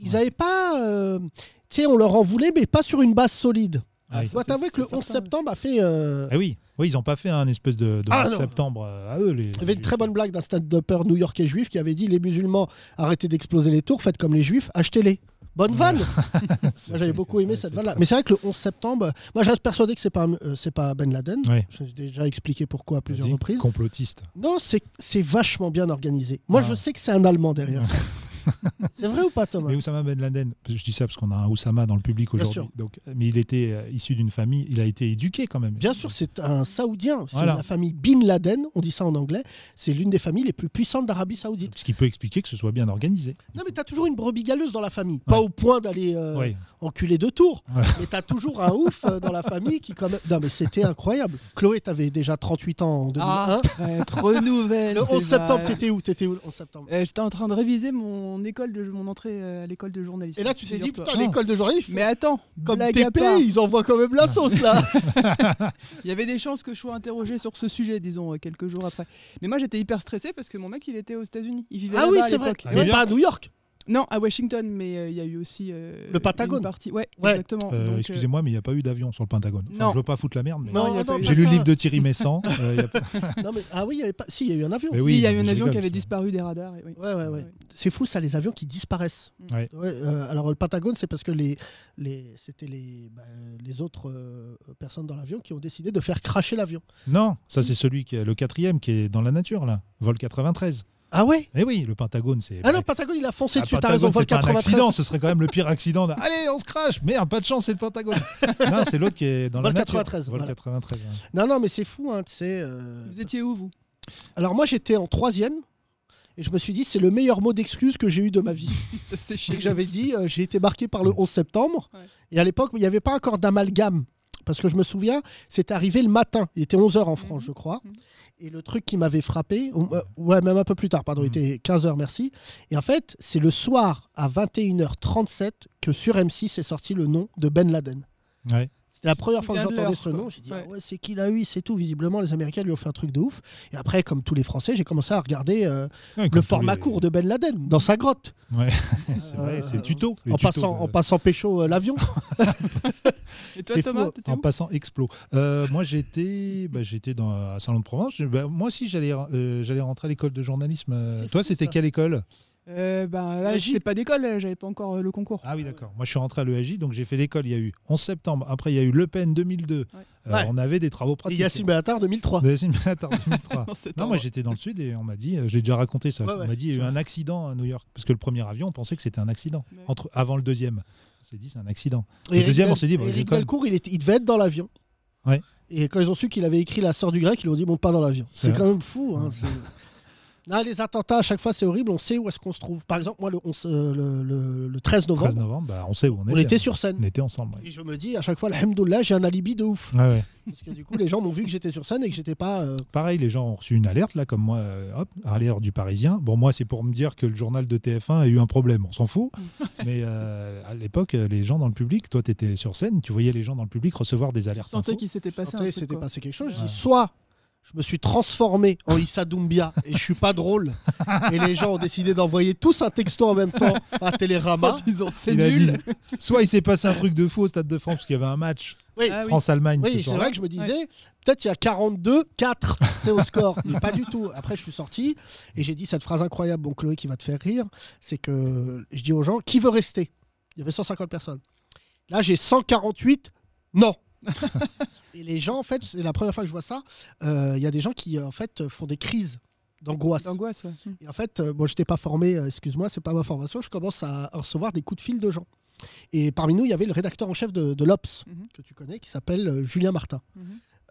Speaker 3: ils avaient pas. euh, tu sais, on leur en voulait, mais pas sur une base solide.
Speaker 4: Ah,
Speaker 3: Je
Speaker 4: oui.
Speaker 3: dois
Speaker 5: ça,
Speaker 3: t'avouer
Speaker 5: c'est-
Speaker 3: que le
Speaker 5: c'est
Speaker 3: 11
Speaker 5: certain.
Speaker 3: septembre a fait. euh,
Speaker 4: Ah oui. oui, ils n'ont pas fait un espèce de, de
Speaker 3: Ah,
Speaker 4: 11
Speaker 3: non.
Speaker 4: septembre euh, à eux. Les,
Speaker 3: Il y avait une très bonne blague d'un stand-upper new-yorkais juif qui avait dit Les musulmans, arrêtez d'exploser les tours, faites comme les juifs, achetez-les. Bonne vanne Moi, j'avais beaucoup aimé cette vanne-là. Mais c'est vrai que le 11 septembre, moi, je reste persuadé que c'est pas, euh, c'est pas Ben Laden.
Speaker 4: Ouais.
Speaker 3: J'ai déjà expliqué pourquoi à plusieurs
Speaker 4: Vas-y,
Speaker 3: reprises.
Speaker 4: Complotiste.
Speaker 3: Non, c'est c'est vachement bien organisé. Moi,
Speaker 4: Ah.
Speaker 3: je sais que c'est un Allemand derrière ça. c'est vrai ou pas, Thomas
Speaker 4: Mais Oussama Ben Laden, parce que je dis ça parce qu'on a un Oussama dans le public
Speaker 3: Bien
Speaker 4: aujourd'hui.
Speaker 3: sûr.
Speaker 4: Donc, mais il était euh, issu d'une famille, il a été éduqué quand même.
Speaker 3: Bien sûr, c'est un Saoudien. C'est
Speaker 4: Voilà.
Speaker 3: la famille Bin Laden, on dit ça en anglais. C'est l'une des familles les plus puissantes d'Arabie Saoudite.
Speaker 4: Ce qui peut expliquer que ce soit bien organisé.
Speaker 3: Non, mais t'as toujours une brebis galeuse dans la famille. Pas
Speaker 4: Ouais.
Speaker 3: au point d'aller euh,
Speaker 4: Ouais.
Speaker 3: enculer deux tours.
Speaker 4: Ouais.
Speaker 3: Mais t'as toujours un ouf euh, dans la famille qui, quand même. Non, mais c'était incroyable. Chloé, t'avais déjà 38 ans en
Speaker 5: Ah,
Speaker 3: 2001.
Speaker 5: Arrête, renouvelle.
Speaker 3: Le 11
Speaker 5: tes
Speaker 3: septembre,
Speaker 5: vannes.
Speaker 3: t'étais où T'étais où le 11 septembre
Speaker 5: Euh, J'étais en train de réviser mon école de mon entrée euh, à l'école de journalisme.
Speaker 3: Et là, tu t'es dit,
Speaker 5: figure-toi.
Speaker 3: putain, l'école de journalisme,
Speaker 5: Mais attends,
Speaker 3: comme
Speaker 5: blague à
Speaker 3: TP,
Speaker 5: part.
Speaker 3: ils envoient quand même la sauce là.
Speaker 5: Il y avait des chances que je sois interrogé sur ce sujet, disons, euh, quelques jours après. Mais moi, j'étais hyper stressé parce que mon mec, il était aux États-Unis. Il vivait
Speaker 3: ah
Speaker 5: là-bas
Speaker 3: oui,
Speaker 5: à
Speaker 3: c'est vrai.
Speaker 5: l'époque. Et
Speaker 3: Mais
Speaker 5: ouais.
Speaker 3: pas à New York.
Speaker 5: Non, à Washington, mais euh, il y a eu aussi euh,
Speaker 3: Le Pentagone.
Speaker 5: Une partie... ouais,
Speaker 3: Ouais.
Speaker 5: exactement.
Speaker 4: Euh,
Speaker 5: Donc, euh,
Speaker 4: Excusez-moi, mais il n'y a pas eu d'avion sur le Pentagone. Enfin,
Speaker 5: Non.
Speaker 4: Je veux pas foutre la merde, mais
Speaker 5: Non, il y a pas eu.
Speaker 3: pas
Speaker 4: j'ai lu
Speaker 3: ça.
Speaker 4: le livre de Thierry Messant. euh, il y a pas-
Speaker 3: Non, mais ah oui, il y avait pas. Si, il y a eu un avion.
Speaker 4: Mais
Speaker 5: si,
Speaker 4: oui,
Speaker 5: il y a
Speaker 4: non,
Speaker 5: eu un
Speaker 4: mais
Speaker 5: avion
Speaker 4: je
Speaker 5: qui
Speaker 4: rigole,
Speaker 5: avait
Speaker 4: ça.
Speaker 5: disparu des radars. et oui.
Speaker 3: Ouais, ouais, ouais.
Speaker 5: Ouais.
Speaker 3: C'est fou ça, les avions qui disparaissent.
Speaker 4: Ouais.
Speaker 3: Ouais, euh, alors le Pentagone, c'est parce que les, les c'était les, bah, les autres euh, personnes dans l'avion qui ont décidé de faire cracher l'avion.
Speaker 4: Non, ça c'est celui qui est le quatrième qui est dans la nature là, vol 93.
Speaker 3: Ah ouais
Speaker 4: Eh oui, le Pentagone c'est.
Speaker 3: Ah non, le Pentagone, il a foncé
Speaker 4: Ah,
Speaker 3: dessus. T'as
Speaker 4: Pentagone,
Speaker 3: raison,
Speaker 4: c'est
Speaker 3: vol
Speaker 4: pas un
Speaker 3: 93.
Speaker 4: accident, ce serait quand même le pire accident. là. Allez, on se crache. Merde, pas de chance, c'est le Pentagone. non, c'est l'autre qui est dans
Speaker 3: Vol
Speaker 4: la nature.
Speaker 3: 93,
Speaker 4: Vol
Speaker 3: voilà.
Speaker 4: 93. ouais.
Speaker 3: Non, non, mais c'est fou, hein, tu sais. euh,
Speaker 5: Vous étiez où, vous
Speaker 3: Alors moi, j'étais en troisième. Et je me suis dit, c'est le meilleur mot d'excuse que j'ai eu de ma vie.
Speaker 5: C'est
Speaker 3: Et
Speaker 5: chez
Speaker 3: que J'avais dit, euh, j'ai été marqué par le 11 septembre.
Speaker 5: Ouais.
Speaker 3: Et à l'époque, il n'y avait pas encore d'amalgame. Parce que je me souviens, c'est arrivé le matin. Il était 11h en France,
Speaker 5: Mhm.
Speaker 3: je crois.
Speaker 5: Mhm.
Speaker 3: Et le truc qui m'avait frappé, ou- euh, ouais, même un peu plus tard, pardon, il
Speaker 5: Mhm.
Speaker 3: était 15h, merci. Et en fait, c'est le soir à 21h37 que sur M6 est sorti le nom de Ben Laden.
Speaker 4: Ouais.
Speaker 3: C'était la première fois que
Speaker 5: vient de
Speaker 3: j'entendais
Speaker 5: l'heure,
Speaker 3: ce
Speaker 5: quoi.
Speaker 3: nom. J'ai dit,
Speaker 5: Ouais.
Speaker 3: ah ouais, c'est qui l'a eu, c'est tout. Visiblement, les Américains lui ont fait un truc de ouf. Et après, comme tous les Français, j'ai commencé à regarder euh,
Speaker 4: Ouais, comme
Speaker 3: le
Speaker 4: tous
Speaker 3: format
Speaker 4: les-
Speaker 3: court de Ben Laden dans sa grotte.
Speaker 4: C'est vrai, c'est
Speaker 3: Euh,
Speaker 4: tuto. les
Speaker 3: en,
Speaker 4: tutos
Speaker 3: passant,
Speaker 4: de- Oh,
Speaker 3: en passant pécho euh, l'avion.
Speaker 5: Et toi,
Speaker 3: c'est
Speaker 5: Thomas,
Speaker 3: fou,
Speaker 5: t'étais
Speaker 4: En
Speaker 5: où
Speaker 4: passant explos. Euh, moi, j'étais bah, j'étais dans à Salon de Provence. Je- bah, moi aussi, j'allais euh, j'allais rentrer à l'école de journalisme. Euh,
Speaker 3: C'est
Speaker 4: Toi,
Speaker 3: fou,
Speaker 4: c'était
Speaker 3: ça.
Speaker 4: quelle école
Speaker 5: euh, Ben là,
Speaker 3: La
Speaker 5: j'étais
Speaker 3: J.
Speaker 5: pas d'école, euh, j'avais pas encore euh, le concours.
Speaker 4: Ah oui, d'accord. Moi, je suis rentré à l'EAJ, donc j'ai fait l'école. Il y a eu 11 septembre. Après, il y a eu Le Pen 2002.
Speaker 5: Ouais.
Speaker 4: Euh,
Speaker 3: Ouais.
Speaker 4: On avait des travaux
Speaker 3: Et Ben
Speaker 4: pratiques.
Speaker 3: Yassine Bellatar 2003.
Speaker 4: De Yassine Bellatar, 2003.
Speaker 5: Non, c'est
Speaker 4: Ah, Non,
Speaker 5: en
Speaker 4: moi
Speaker 5: vrai.
Speaker 4: j'étais dans le sud et on m'a dit, euh, je l'ai déjà raconté ça,
Speaker 3: Ouais,
Speaker 4: on
Speaker 3: ouais,
Speaker 4: m'a dit il y a eu
Speaker 3: c'est
Speaker 4: un accident à New York parce que le premier avion on pensait que c'était un accident
Speaker 5: Ouais.
Speaker 4: entre avant le deuxième. On s'est dit c'est un accident.
Speaker 3: Et Eric
Speaker 4: deuxième, on
Speaker 3: Del-
Speaker 4: s'est dit, bah,
Speaker 3: Eric
Speaker 4: j'école.
Speaker 3: Delcourt, il, était- il devait être dans l'avion.
Speaker 4: Ouais.
Speaker 3: Et quand ils ont su qu'il avait écrit La sœur du grec, ils lui ont dit monte pas dans l'avion.
Speaker 4: C'est
Speaker 3: C'est
Speaker 4: vrai.
Speaker 3: quand même fou. hein, c'est- Là, les attentats, à chaque fois, c'est horrible. On sait où est-ce qu'on se trouve. Par exemple, moi, le, 11, euh, le- le- le 13
Speaker 4: Le
Speaker 3: novembre,
Speaker 4: 13 novembre, bah, on sait où on,
Speaker 3: on
Speaker 4: était.
Speaker 3: était sur scène.
Speaker 4: On était ensemble. ouais.
Speaker 3: Et je me dis, à chaque fois, alhamdoulilah, j'ai un alibi de ouf.
Speaker 4: Ouais, ouais.
Speaker 3: Parce que du coup, les gens m'ont vu que j'étais sur scène et que j'étais pas. euh,
Speaker 4: Pareil, les gens ont reçu une alerte là comme moi, euh, hop, à l'heure du Parisien. Bon moi c'est pour me dire que le journal de TF1 a eu un problème, on s'en fout. Mais euh, à l'époque euh, les gens dans le public, toi t'étais sur scène, tu voyais les gens dans le public recevoir des
Speaker 5: Je
Speaker 4: alertes.
Speaker 5: sentais
Speaker 4: infos.
Speaker 5: qu'il s'était passé un
Speaker 3: Attendez,
Speaker 5: truc.
Speaker 3: c'était
Speaker 5: quoi.
Speaker 3: passé quelque chose. Je
Speaker 4: Ouais.
Speaker 3: dis soit je me suis transformé en Issa Doumbia et je suis pas drôle. et les gens ont décidé d'envoyer tous un texto en même temps à Télérama.
Speaker 5: Ils ont c'est
Speaker 4: Il a
Speaker 5: nul.
Speaker 4: dit, soit il s'est passé un truc de fou au Stade de France parce qu'il y avait un match
Speaker 3: Oui,
Speaker 5: Ah oui.
Speaker 4: France-Allemagne. ce
Speaker 3: oui c'est
Speaker 4: soir-là.
Speaker 3: vrai que je me disais, peut-être il y a 42, 4, c'est au score. Mais pas du tout. Après, je suis sorti et j'ai dit cette phrase incroyable, bon Chloé, qui va te faire rire. C'est que je dis aux gens, qui veut rester Il y avait 150 personnes. Là, j'ai 148, non Et les gens, en fait, c'est la première fois que je vois ça, euh, il y a des gens qui, en fait, font des crises d'angoisse.
Speaker 5: D'angoisse, ouais. Hmm.
Speaker 3: Et en fait, euh, bon, je n'étais pas formé, euh, excuse-moi, c'est pas ma formation, je commence à recevoir des coups de fil de gens. Et parmi nous, il y avait le rédacteur en chef de, de l'Obs,
Speaker 5: Mhm.
Speaker 3: que tu connais, qui s'appelle euh, Julien Martin,
Speaker 5: Mhm.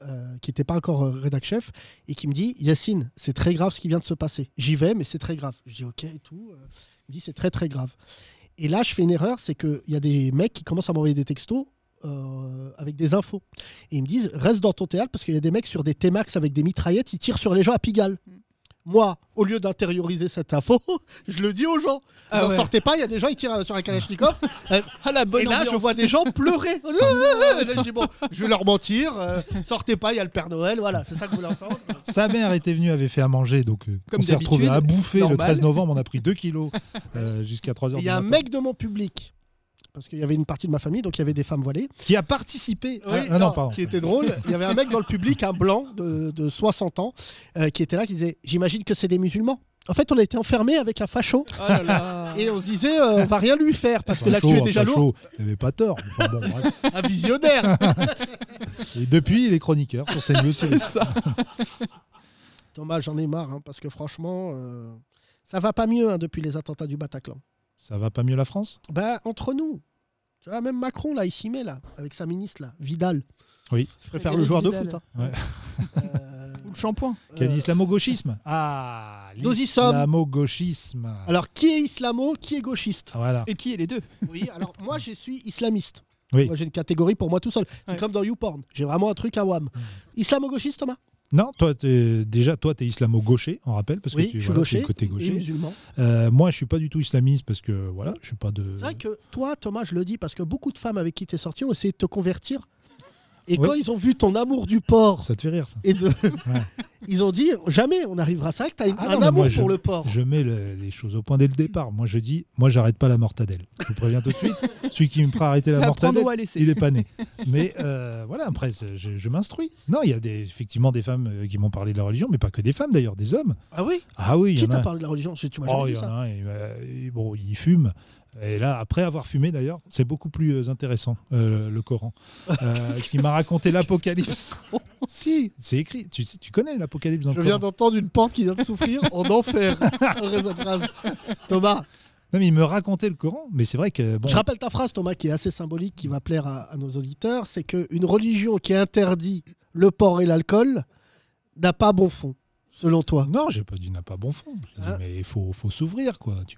Speaker 3: euh, qui n'était pas encore rédacteur chef, et qui me dit Yacine, c'est très grave ce qui vient de se passer. J'y vais, mais c'est très grave. Je dis OK et tout. euh, Il me dit C'est très, très grave. Et là, je fais une erreur, c'est qu'il y a des mecs qui commencent à m'envoyer des textos. euh, avec des infos. Et ils me disent, reste dans ton théâtre parce qu'il y a des mecs sur des T-Max avec des mitraillettes, ils tirent sur les gens à Pigalle. Moi, au lieu d'intérioriser cette info, je le dis aux gens. Vous
Speaker 5: Ah
Speaker 3: en
Speaker 5: ouais.
Speaker 3: sortez pas, il y a des gens, ils tirent euh, sur la Kalachnikov.
Speaker 5: Ah la
Speaker 3: et
Speaker 5: bonne
Speaker 3: là, je
Speaker 5: ambiance.
Speaker 3: vois des gens pleurer. Et là, je dis, bon, je vais leur mentir. euh, sortez pas, il y a le Père Noël. Voilà, c'est ça que vous voulez entendre.
Speaker 4: Sa mère était venue, avait fait à manger, donc euh,
Speaker 5: Comme
Speaker 4: on s'est retrouvé à
Speaker 5: d'habitude,
Speaker 4: bouffer. Le
Speaker 5: normal.
Speaker 4: 13 novembre, on a pris 2 kilos euh, jusqu'à 3
Speaker 3: Et
Speaker 4: heures
Speaker 3: Il
Speaker 4: du
Speaker 3: y a un
Speaker 4: matin,
Speaker 3: mec de mon public. Parce qu'il y avait une partie de ma famille, donc il y avait des femmes voilées.
Speaker 4: qui a participé.
Speaker 3: Oui,
Speaker 4: ah, ah non, pardon.
Speaker 3: Qui était drôle. Il y avait un mec dans le public, un blanc de, de 60 ans, euh, qui était là, qui disait J'imagine que c'est des musulmans. En fait, on a été enfermés avec un facho.
Speaker 5: Oh là là.
Speaker 3: Et on se disait, euh, on va rien lui faire parce que
Speaker 4: Pas
Speaker 3: l'actu
Speaker 4: chaud,
Speaker 3: est
Speaker 4: hein,
Speaker 3: déjà
Speaker 4: pas
Speaker 3: lourd.
Speaker 4: chaud. Il avait pas tort. Enfin, bon, bref.
Speaker 3: Un visionnaire.
Speaker 4: Et depuis, il est chroniqueur sur CNews.
Speaker 5: C'est ça.
Speaker 3: Thomas, j'en ai marre hein, parce que franchement, euh, ça va pas mieux hein, depuis les attentats du Bataclan.
Speaker 4: Ça va pas mieux la France
Speaker 3: Bah, entre nous, tu vois, même Macron, là, il s'y met, là, avec sa ministre, là, Vidal.
Speaker 4: Oui.
Speaker 3: Je préfère le joueur de foot. hein.
Speaker 4: Ouais.
Speaker 3: Euh,
Speaker 5: Ou le shampoing.
Speaker 4: Qui a dit
Speaker 3: euh,
Speaker 4: islamo-gauchisme Ah,
Speaker 3: Nous y sommes.
Speaker 4: l'islamo-gauchisme.
Speaker 3: alors, qui est islamo, qui est gauchiste
Speaker 4: Ah, Voilà.
Speaker 5: Et qui est les deux
Speaker 3: Oui, alors moi, je suis islamiste.
Speaker 4: Oui.
Speaker 3: Moi, j'ai une catégorie pour moi tout seul. C'est
Speaker 5: Ouais.
Speaker 3: comme dans YouPorn. J'ai vraiment un truc à WAM. Islamo-gauchiste, Thomas
Speaker 4: Non, toi, t'es- déjà, toi, t'es islamo-gaucher, on rappelle, parce que
Speaker 3: Oui,
Speaker 4: tu
Speaker 3: je suis
Speaker 4: voilà,
Speaker 3: gaucher
Speaker 4: t'es côté
Speaker 3: Et
Speaker 4: gaucher.
Speaker 3: musulman.
Speaker 4: Euh, moi, je suis pas du tout islamiste parce que voilà, je suis pas de.
Speaker 3: C'est vrai que toi, Thomas, je le dis parce que beaucoup de femmes avec qui tu es sorti ont essayé de te convertir. Et quand ils ont vu ton amour du porc
Speaker 4: Ça te fait rire, ça.
Speaker 3: et de. Ils ont dit jamais on arrivera à ça, que tu as
Speaker 4: Ah non,
Speaker 3: un
Speaker 4: mais
Speaker 3: amour
Speaker 4: moi,
Speaker 3: pour
Speaker 4: je-
Speaker 3: le porc.
Speaker 4: Je mets le- les choses au point dès le départ. Moi, je dis, moi, j'arrête pas la mortadelle. Je vous préviens tout de suite. Celui qui me fera arrêter
Speaker 5: C'est
Speaker 4: la
Speaker 5: à prendre
Speaker 4: mortadelle,
Speaker 5: ou à laisser.
Speaker 4: il est pas né. Mais euh, voilà, après, c'est- je, je m'instruis. Non, il y a des, effectivement des femmes euh, qui m'ont parlé de la religion, mais pas que des femmes d'ailleurs, des hommes.
Speaker 3: Ah oui
Speaker 4: Ah oui, il y
Speaker 3: Qui
Speaker 4: en a.
Speaker 3: t'a parlé de la religion Je- Tu m'as
Speaker 4: Oh,
Speaker 3: jamais
Speaker 4: il
Speaker 3: dit
Speaker 4: y en
Speaker 3: ça.
Speaker 4: a un, il, euh, bon, il fume. Et là, après avoir fumé d'ailleurs, c'est beaucoup plus euh, intéressant, euh, le Coran. Euh, ce qu'il m'a raconté l'Apocalypse. si, c'est écrit. Tu, tu connais l'Apocalypse dans
Speaker 3: Je
Speaker 4: le
Speaker 3: viens
Speaker 4: Coran.
Speaker 3: d'entendre une pente qui vient de souffrir en enfer. Arrête cette phrase. Thomas,
Speaker 4: Non, mais il me racontait le Coran, mais c'est vrai que. Bon,
Speaker 3: je rappelle ta phrase, Thomas, qui est assez symbolique, qui va plaire à, à nos auditeurs c'est qu'une religion qui interdit le porc et l'alcool n'a pas bon fond. selon toi
Speaker 4: Non, j'ai pas dit n'a pas bon fond. J'ai dit,
Speaker 3: Ah.
Speaker 4: Mais il faut, faut s'ouvrir, quoi. tu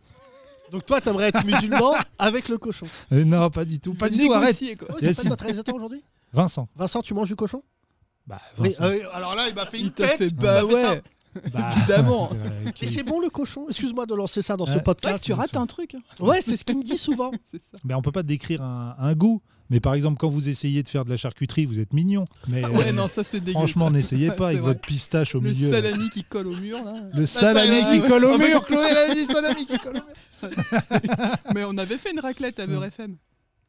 Speaker 3: Donc toi, t'aimerais être musulman avec le cochon.
Speaker 4: vois. Euh, non, pas du tout. Pas du tout, arrête.
Speaker 5: Négocier, quoi.
Speaker 3: Oh,
Speaker 4: Yes,
Speaker 3: c'est pas
Speaker 4: si.
Speaker 3: notre réalisateur aujourd'hui
Speaker 4: Vincent.
Speaker 3: Vincent, tu manges du cochon
Speaker 4: Bah,
Speaker 3: Oui,
Speaker 4: Vincent.
Speaker 3: euh, alors là, il m'a fait
Speaker 5: Il
Speaker 3: une
Speaker 5: t'a
Speaker 3: tête.
Speaker 5: fait
Speaker 3: il
Speaker 5: bah
Speaker 3: m'a fait ça.
Speaker 5: ouais.
Speaker 4: Bah,
Speaker 5: Évidemment.
Speaker 4: euh, qui-
Speaker 3: Mais c'est bon le cochon Excuse-moi de lancer ça dans ce
Speaker 4: Ouais.
Speaker 5: C'est vrai
Speaker 3: podcast.
Speaker 5: que tu rates un truc. hein.
Speaker 3: Ouais, c'est ce qu'il me dit souvent.
Speaker 5: C'est ça.
Speaker 4: Ben, on peut pas décrire un, un goût. Mais par exemple, quand vous essayez de faire de la charcuterie, vous êtes mignon. Mais
Speaker 5: Ouais,
Speaker 4: euh,
Speaker 5: non, ça c'est dégueu.
Speaker 4: franchement,
Speaker 5: ça.
Speaker 4: n'essayez pas
Speaker 5: C'est
Speaker 4: avec
Speaker 5: vrai.
Speaker 4: votre pistache au
Speaker 5: Le
Speaker 4: milieu.
Speaker 5: salami qui colle au mur, là.
Speaker 4: Le salami
Speaker 5: Ah,
Speaker 4: qui
Speaker 5: ouais.
Speaker 4: colle au mur, Chloé, bah, elle a dit salami qui colle au mur.
Speaker 5: Mais on avait fait une raclette à Beurre FM.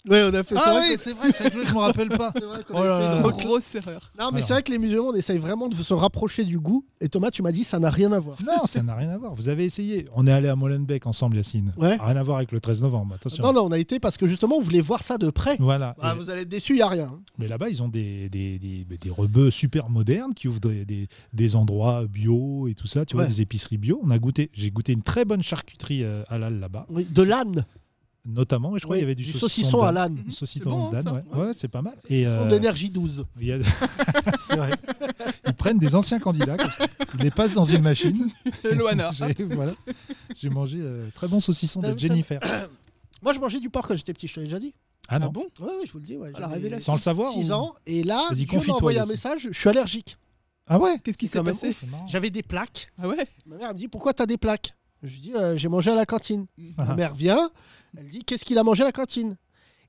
Speaker 3: Ouais, on a fait ça.
Speaker 4: Ah oui, c'est vrai, c'est que je me rappelle pas. Oh là
Speaker 3: Ah
Speaker 4: là.
Speaker 5: Une
Speaker 4: Alors.
Speaker 5: grosse erreur.
Speaker 3: Non, mais
Speaker 4: Alors.
Speaker 3: c'est vrai que les musulmans, on essaye vraiment de se rapprocher du goût. Et Thomas, tu m'as dit, ça n'a rien à voir.
Speaker 4: Non, ça n'a rien à voir. Vous avez essayé. On est allé à Molenbeek ensemble, Yacine.
Speaker 3: Ouais.
Speaker 4: Rien à voir avec le 13 novembre, attention.
Speaker 3: Non, non, on a été parce que justement, on voulait voir ça de près.
Speaker 4: Voilà.
Speaker 3: Bah,
Speaker 4: Et-
Speaker 3: vous allez être déçus, il n'y a rien.
Speaker 4: Mais là-bas, ils ont des, des, des, des rebeux super modernes qui ouvrent des, des- des endroits bio et tout ça, tu vois,
Speaker 3: Ouais.
Speaker 4: des épiceries bio. On a goûté, j'ai goûté une très bonne charcuterie euh, halal là-bas,
Speaker 3: Oui, de l'âne.
Speaker 4: notamment. Et je crois qu'il y avait du,
Speaker 3: saucisson à l'âne.
Speaker 5: Mhm.
Speaker 4: Saucisson
Speaker 5: C'est bon,
Speaker 4: d'âne,
Speaker 5: ça.
Speaker 4: ouais, Ouais, c'est pas mal. Et
Speaker 3: Fond
Speaker 4: euh,
Speaker 3: d'énergie 12.
Speaker 4: il y a- c'est vrai. Ils prennent des anciens candidats, ils les passent dans une machine.
Speaker 5: Loana. Ah,
Speaker 4: J'ai voilà. J'ai mangé euh, très bon saucisson
Speaker 3: T'as
Speaker 4: de
Speaker 3: vu,
Speaker 4: Jennifer.
Speaker 3: Moi, je mangeais du porc quand j'étais petit, je te l'ai déjà dit.
Speaker 4: Ah non,
Speaker 5: bon
Speaker 3: Oui, je vous le dis. Ouais,
Speaker 5: la révélation.
Speaker 4: sans le savoir.
Speaker 3: 6
Speaker 4: on-
Speaker 3: ans. Et là,
Speaker 4: Vas-y,
Speaker 3: Dieu m'a
Speaker 4: confie-toi,
Speaker 3: envoyé un
Speaker 4: Yacine.
Speaker 3: message, je suis allergique.
Speaker 4: Ah ouais.
Speaker 5: Qu'est-ce qui
Speaker 3: C'est
Speaker 5: s'est
Speaker 3: quand même
Speaker 5: passé
Speaker 4: C'est marrant.
Speaker 3: J'avais des plaques.
Speaker 5: Ah ouais
Speaker 3: Ma mère elle me dit, pourquoi t'as des plaques Je lui dis, Euh, j'ai mangé à la cantine. Ma
Speaker 4: Ah.
Speaker 3: mère vient, elle dit, qu'est-ce qu'il a mangé à la cantine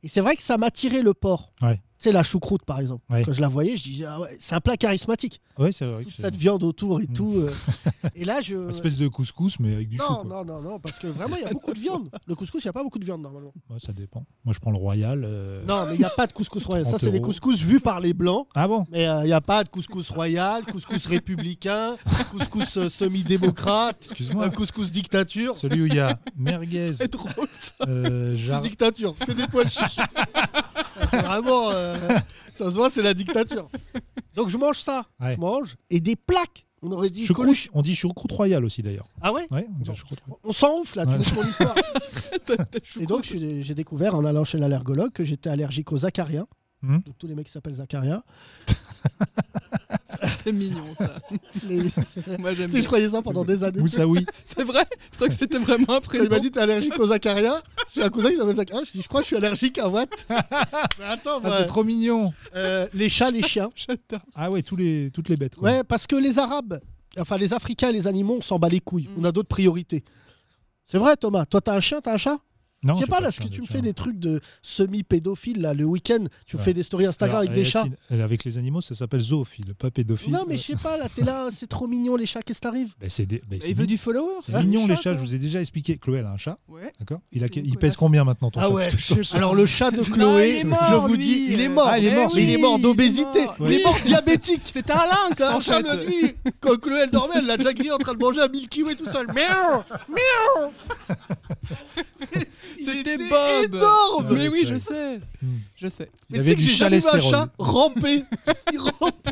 Speaker 3: Et c'est vrai que ça m'attirait le porc.
Speaker 4: Ouais.
Speaker 3: Tu sais, la choucroute, par exemple.
Speaker 4: Ouais.
Speaker 3: Quand je la voyais, je disais, ah ouais, c'est un plat charismatique.
Speaker 4: Ouais, c'est vrai. que
Speaker 3: Toute
Speaker 4: c'est-
Speaker 3: cette viande autour et
Speaker 4: Mm.
Speaker 3: tout. euh. et là, je.
Speaker 4: Une espèce de couscous, mais avec du chou.
Speaker 3: Non,
Speaker 4: quoi.
Speaker 3: non, non, non, parce que vraiment, il y a beaucoup de viande. Le couscous, il n'y a pas beaucoup de viande normalement.
Speaker 4: Moi, ça dépend. Moi, je prends le royal. euh,
Speaker 3: Non, mais il n'y a pas de couscous royal. Ça,
Speaker 4: 30
Speaker 3: c'est des
Speaker 4: euros.
Speaker 3: couscous vus par les blancs.
Speaker 4: Ah bon
Speaker 3: Mais euh, il n'y a pas de couscous royal, couscous républicain, couscous euh, semi-démocrate,
Speaker 4: Excuse-moi.
Speaker 3: euh, couscous dictature.
Speaker 4: Celui où il y a merguez,
Speaker 3: C'est drôle, ça.
Speaker 4: euh, jar-
Speaker 3: Couscous dictature, que des poils chiches. c'est vraiment. euh, ça se voit, c'est la dictature. Donc je mange ça.
Speaker 4: Ouais.
Speaker 3: Je mange. Et des plaques. On aurait dit
Speaker 4: choucroute.
Speaker 3: Coluche.
Speaker 4: On dit choucroute royale aussi d'ailleurs.
Speaker 3: Ah ouais
Speaker 4: Ouais, on dit
Speaker 3: Bon.
Speaker 4: choucroute.
Speaker 3: On s'en ouf là,
Speaker 4: Ouais.
Speaker 3: tu nous ton histoire.
Speaker 5: Je
Speaker 3: Et donc, je suis- j'ai découvert en allant chez l'allergologue que j'étais allergique aux acariens.
Speaker 4: Hmm.
Speaker 3: Donc, tous les mecs qui s'appellent Zacharia.
Speaker 5: crois que C'est mignon ça.
Speaker 3: Les- Tu
Speaker 5: Moi j'aime
Speaker 3: sais, je
Speaker 5: bien.
Speaker 3: croyais ça pendant des années.
Speaker 4: Moussaoui.
Speaker 5: C'est vrai Je crois que c'était vraiment un
Speaker 3: Quand il m'a
Speaker 5: prénom.
Speaker 3: dit t'es allergique aux acariens, j'ai un cousin qui s'appelle Zacharia. Je dis je crois que je suis allergique à Watt. Mais attends,
Speaker 4: Ah,
Speaker 3: moi,
Speaker 4: c'est trop mignon.
Speaker 3: euh, les chats, les chiens.
Speaker 5: J'adore.
Speaker 4: Ah ouais, tous les, toutes les bêtes. Quoi.
Speaker 3: Ouais, parce que les Arabes, enfin les Africains et les animaux, on s'en bat les couilles.
Speaker 5: Mm.
Speaker 3: On a d'autres priorités. C'est vrai, Thomas. Toi, t'as un chien, t'as un chat
Speaker 4: Non,
Speaker 3: Je sais
Speaker 4: j'ai
Speaker 3: pas,
Speaker 4: de
Speaker 3: là, ce que
Speaker 4: chien,
Speaker 3: tu
Speaker 4: de
Speaker 3: me
Speaker 4: chien.
Speaker 3: fais des trucs de semi-pédophile, là, le week-end. Tu me
Speaker 4: Ouais.
Speaker 3: fais des stories Instagram
Speaker 4: Alors,
Speaker 3: avec des chats.
Speaker 4: Yacine, euh, Avec les animaux, ça s'appelle zoophile, pas pédophile.
Speaker 3: Non, mais je sais pas, là, t'es là, c'est trop mignon, les chats, qu'est-ce qui t'arrive
Speaker 4: Bah, c'est des- bah, c'est
Speaker 5: Il
Speaker 4: mi-
Speaker 5: veut du follower
Speaker 4: c'est mignon les chats,
Speaker 5: quoi.
Speaker 4: je vous ai déjà expliqué. Chloé, elle a un chat,
Speaker 5: Ouais.
Speaker 4: d'accord il, a-
Speaker 5: C'est une
Speaker 4: il pèse
Speaker 5: connasse.
Speaker 4: combien maintenant ton
Speaker 3: Ah
Speaker 4: chat
Speaker 3: ouais,
Speaker 4: Ton chat
Speaker 3: alors le chat de Chloé,
Speaker 5: Non, il est mort,
Speaker 3: je vous
Speaker 5: lui.
Speaker 3: dis, il est mort.
Speaker 4: Ah, il est mort,
Speaker 3: Mais il est
Speaker 5: oui,
Speaker 3: mort d'obésité, il,
Speaker 5: Oui.
Speaker 3: est mort diabétique.
Speaker 5: C'est un lynx
Speaker 3: C'est un
Speaker 5: en
Speaker 3: chat
Speaker 5: fait.
Speaker 3: de nuit. Quand Chloé elle dormait, elle l'a déjà grillé en train de manger un Milky Way tout seul. Miaou, miaou. Il
Speaker 5: C'était
Speaker 3: était
Speaker 5: Bob.
Speaker 3: énorme.
Speaker 5: Mais
Speaker 4: Ouais,
Speaker 5: oui,
Speaker 4: c'est
Speaker 5: je sais.
Speaker 4: Hmm.
Speaker 5: Je sais.
Speaker 3: Mais
Speaker 4: Il
Speaker 3: tu
Speaker 4: y avait
Speaker 3: sais que
Speaker 4: du
Speaker 3: j'ai jamais vu un
Speaker 4: chalestérone.
Speaker 3: chat ramper. Il rampe.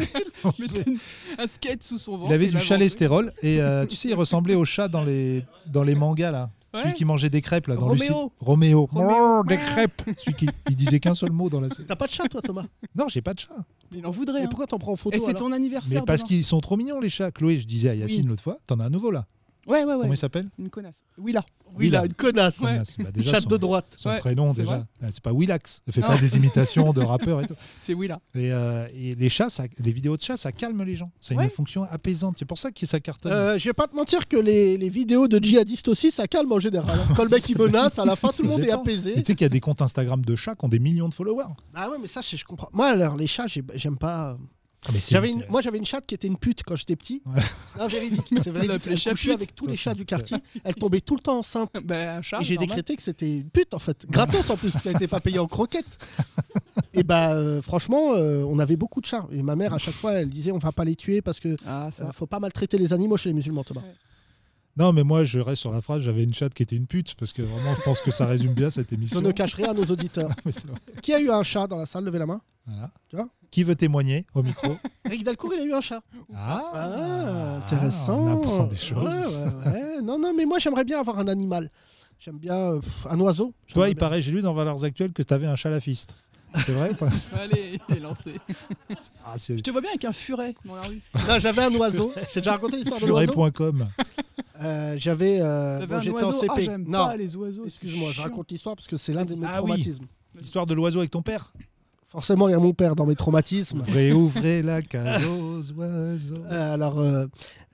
Speaker 5: Un skate sous son ventre.
Speaker 4: Il avait
Speaker 5: et
Speaker 4: du
Speaker 5: la
Speaker 4: chalestérol et euh, tu sais, il ressemblait au chat dans les, dans les mangas là.
Speaker 5: Ouais.
Speaker 4: Celui qui mangeait des crêpes là dans
Speaker 5: Roméo.
Speaker 4: Lucille. Roméo.
Speaker 5: Roméo.
Speaker 4: Oh, des crêpes. Celui qui il disait qu'un seul mot dans la série.
Speaker 3: T'as pas de chat toi Thomas
Speaker 4: Non, j'ai pas de chat.
Speaker 5: vendue. Il en voudrait.
Speaker 3: Mais
Speaker 5: hein.
Speaker 3: pourquoi t'en prends en photo
Speaker 5: Et c'est
Speaker 3: alors
Speaker 5: ton
Speaker 4: Mais
Speaker 5: anniversaire.
Speaker 4: parce
Speaker 5: demain.
Speaker 4: qu'ils sont trop mignons les chats. Chloé, je disais à Yacine
Speaker 5: Oui.
Speaker 4: l'autre fois, t'en as un nouveau là.
Speaker 5: Ouais, ouais,
Speaker 4: Comment
Speaker 5: ouais.
Speaker 4: il s'appelle
Speaker 5: Une connasse. Oui, là.
Speaker 3: Oui là,
Speaker 4: Willem.
Speaker 3: une connasse.
Speaker 5: Ouais.
Speaker 4: Connasse. Bah, déjà,
Speaker 3: Chat
Speaker 4: son,
Speaker 3: de droite.
Speaker 4: son
Speaker 5: Ouais,
Speaker 4: prénom
Speaker 5: c'est vrai.
Speaker 4: déjà. Ah, C'est pas Willax. Ne fais
Speaker 5: Non.
Speaker 4: pas des imitations de rappeurs et tout.
Speaker 5: C'est oui, là.
Speaker 4: Et, euh, et les chats, ça- les vidéos de chats, ça calme les gens. C'est
Speaker 5: Ouais.
Speaker 4: une fonction apaisante. C'est pour ça que ça cartonne.
Speaker 3: Euh, je vais pas te mentir que les, les vidéos de djihadistes aussi, ça calme en général. hein. Quand le mec il menace, à la fin tout le
Speaker 4: Ça
Speaker 3: monde est
Speaker 4: dépend. Et
Speaker 3: apaisé.
Speaker 4: tu sais qu'il y a des comptes Instagram de chats qui ont des millions de followers.
Speaker 3: Ah ouais, mais ça je je comprends. Moi alors les chats, j'ai- j'aime pas. euh,
Speaker 4: Ah, mais c'est-
Speaker 3: J'avais
Speaker 4: c'est-
Speaker 3: une- moi, j'avais une chatte qui était une pute quand j'étais petit.
Speaker 4: Ouais.
Speaker 3: Non, véridique. C'est vrai.
Speaker 5: l'appelais
Speaker 3: Elle
Speaker 5: chat
Speaker 3: couchait
Speaker 5: pute
Speaker 3: avec tous les
Speaker 4: Toi,
Speaker 3: chats
Speaker 4: c'est-
Speaker 3: du quartier. Elle tombait tout le temps enceinte.
Speaker 5: Ben, un chat.
Speaker 3: Et j'ai
Speaker 5: normal.
Speaker 3: décrété que c'était une pute en fait. Gratos en plus, parce qu'elle n'était pas payée en croquettes. Et bah, euh, franchement, euh, on avait beaucoup de chats. Et ma mère, à chaque fois, elle disait on va pas les tuer parce que
Speaker 5: Ah, ça
Speaker 3: euh,
Speaker 5: va.
Speaker 3: faut pas maltraiter les animaux chez les musulmans, Thomas.
Speaker 4: Non, mais moi, je reste sur la phrase j'avais une chatte qui était une pute, parce que vraiment, je pense que ça résume bien cette
Speaker 3: Je
Speaker 4: émission.
Speaker 3: ne cache rien à nos auditeurs.
Speaker 4: Mais c'est vrai.
Speaker 3: Qui a eu un chat dans la salle Levez la main.
Speaker 4: Voilà.
Speaker 3: Tu vois
Speaker 4: Qui veut témoigner au micro
Speaker 3: Eric Dalcourt, il a eu un chat.
Speaker 4: ah,
Speaker 3: Ah, intéressant.
Speaker 4: On apprend des choses.
Speaker 3: Ouais, ouais, ouais. Non, non, mais moi, j'aimerais bien avoir un animal. J'aime bien euh, pff, un oiseau.
Speaker 4: Toi,
Speaker 3: J'aimerais
Speaker 4: il
Speaker 3: bien.
Speaker 4: paraît, j'ai lu dans Valeurs Actuelles que tu avais un chat à la fiste. C'est vrai ou pas
Speaker 5: Allez, il est lancé.
Speaker 4: Ah, c'est
Speaker 5: Je te vois bien avec un furet dans la rue.
Speaker 3: Là, j'avais un oiseau. J'ai déjà raconté l'histoire de l'oiseau.
Speaker 4: furet.com.
Speaker 3: Euh, j'avais. euh,
Speaker 5: T'avais
Speaker 3: bon,
Speaker 5: un
Speaker 3: J'étais en
Speaker 5: oiseau. Ah,
Speaker 3: CP.
Speaker 5: j'aime
Speaker 3: non,
Speaker 5: pas les oiseaux. c'est
Speaker 3: excuse-moi, je
Speaker 5: chiant.
Speaker 3: raconte l'histoire parce que c'est l'un de mes
Speaker 4: Ah oui.
Speaker 3: traumatismes.
Speaker 4: L'histoire de l'oiseau avec ton père.
Speaker 3: Forcément, il y a mon père dans mes traumatismes.
Speaker 4: Ouvrez, ouvrez la cage aux oiseaux.
Speaker 3: Euh, alors, euh,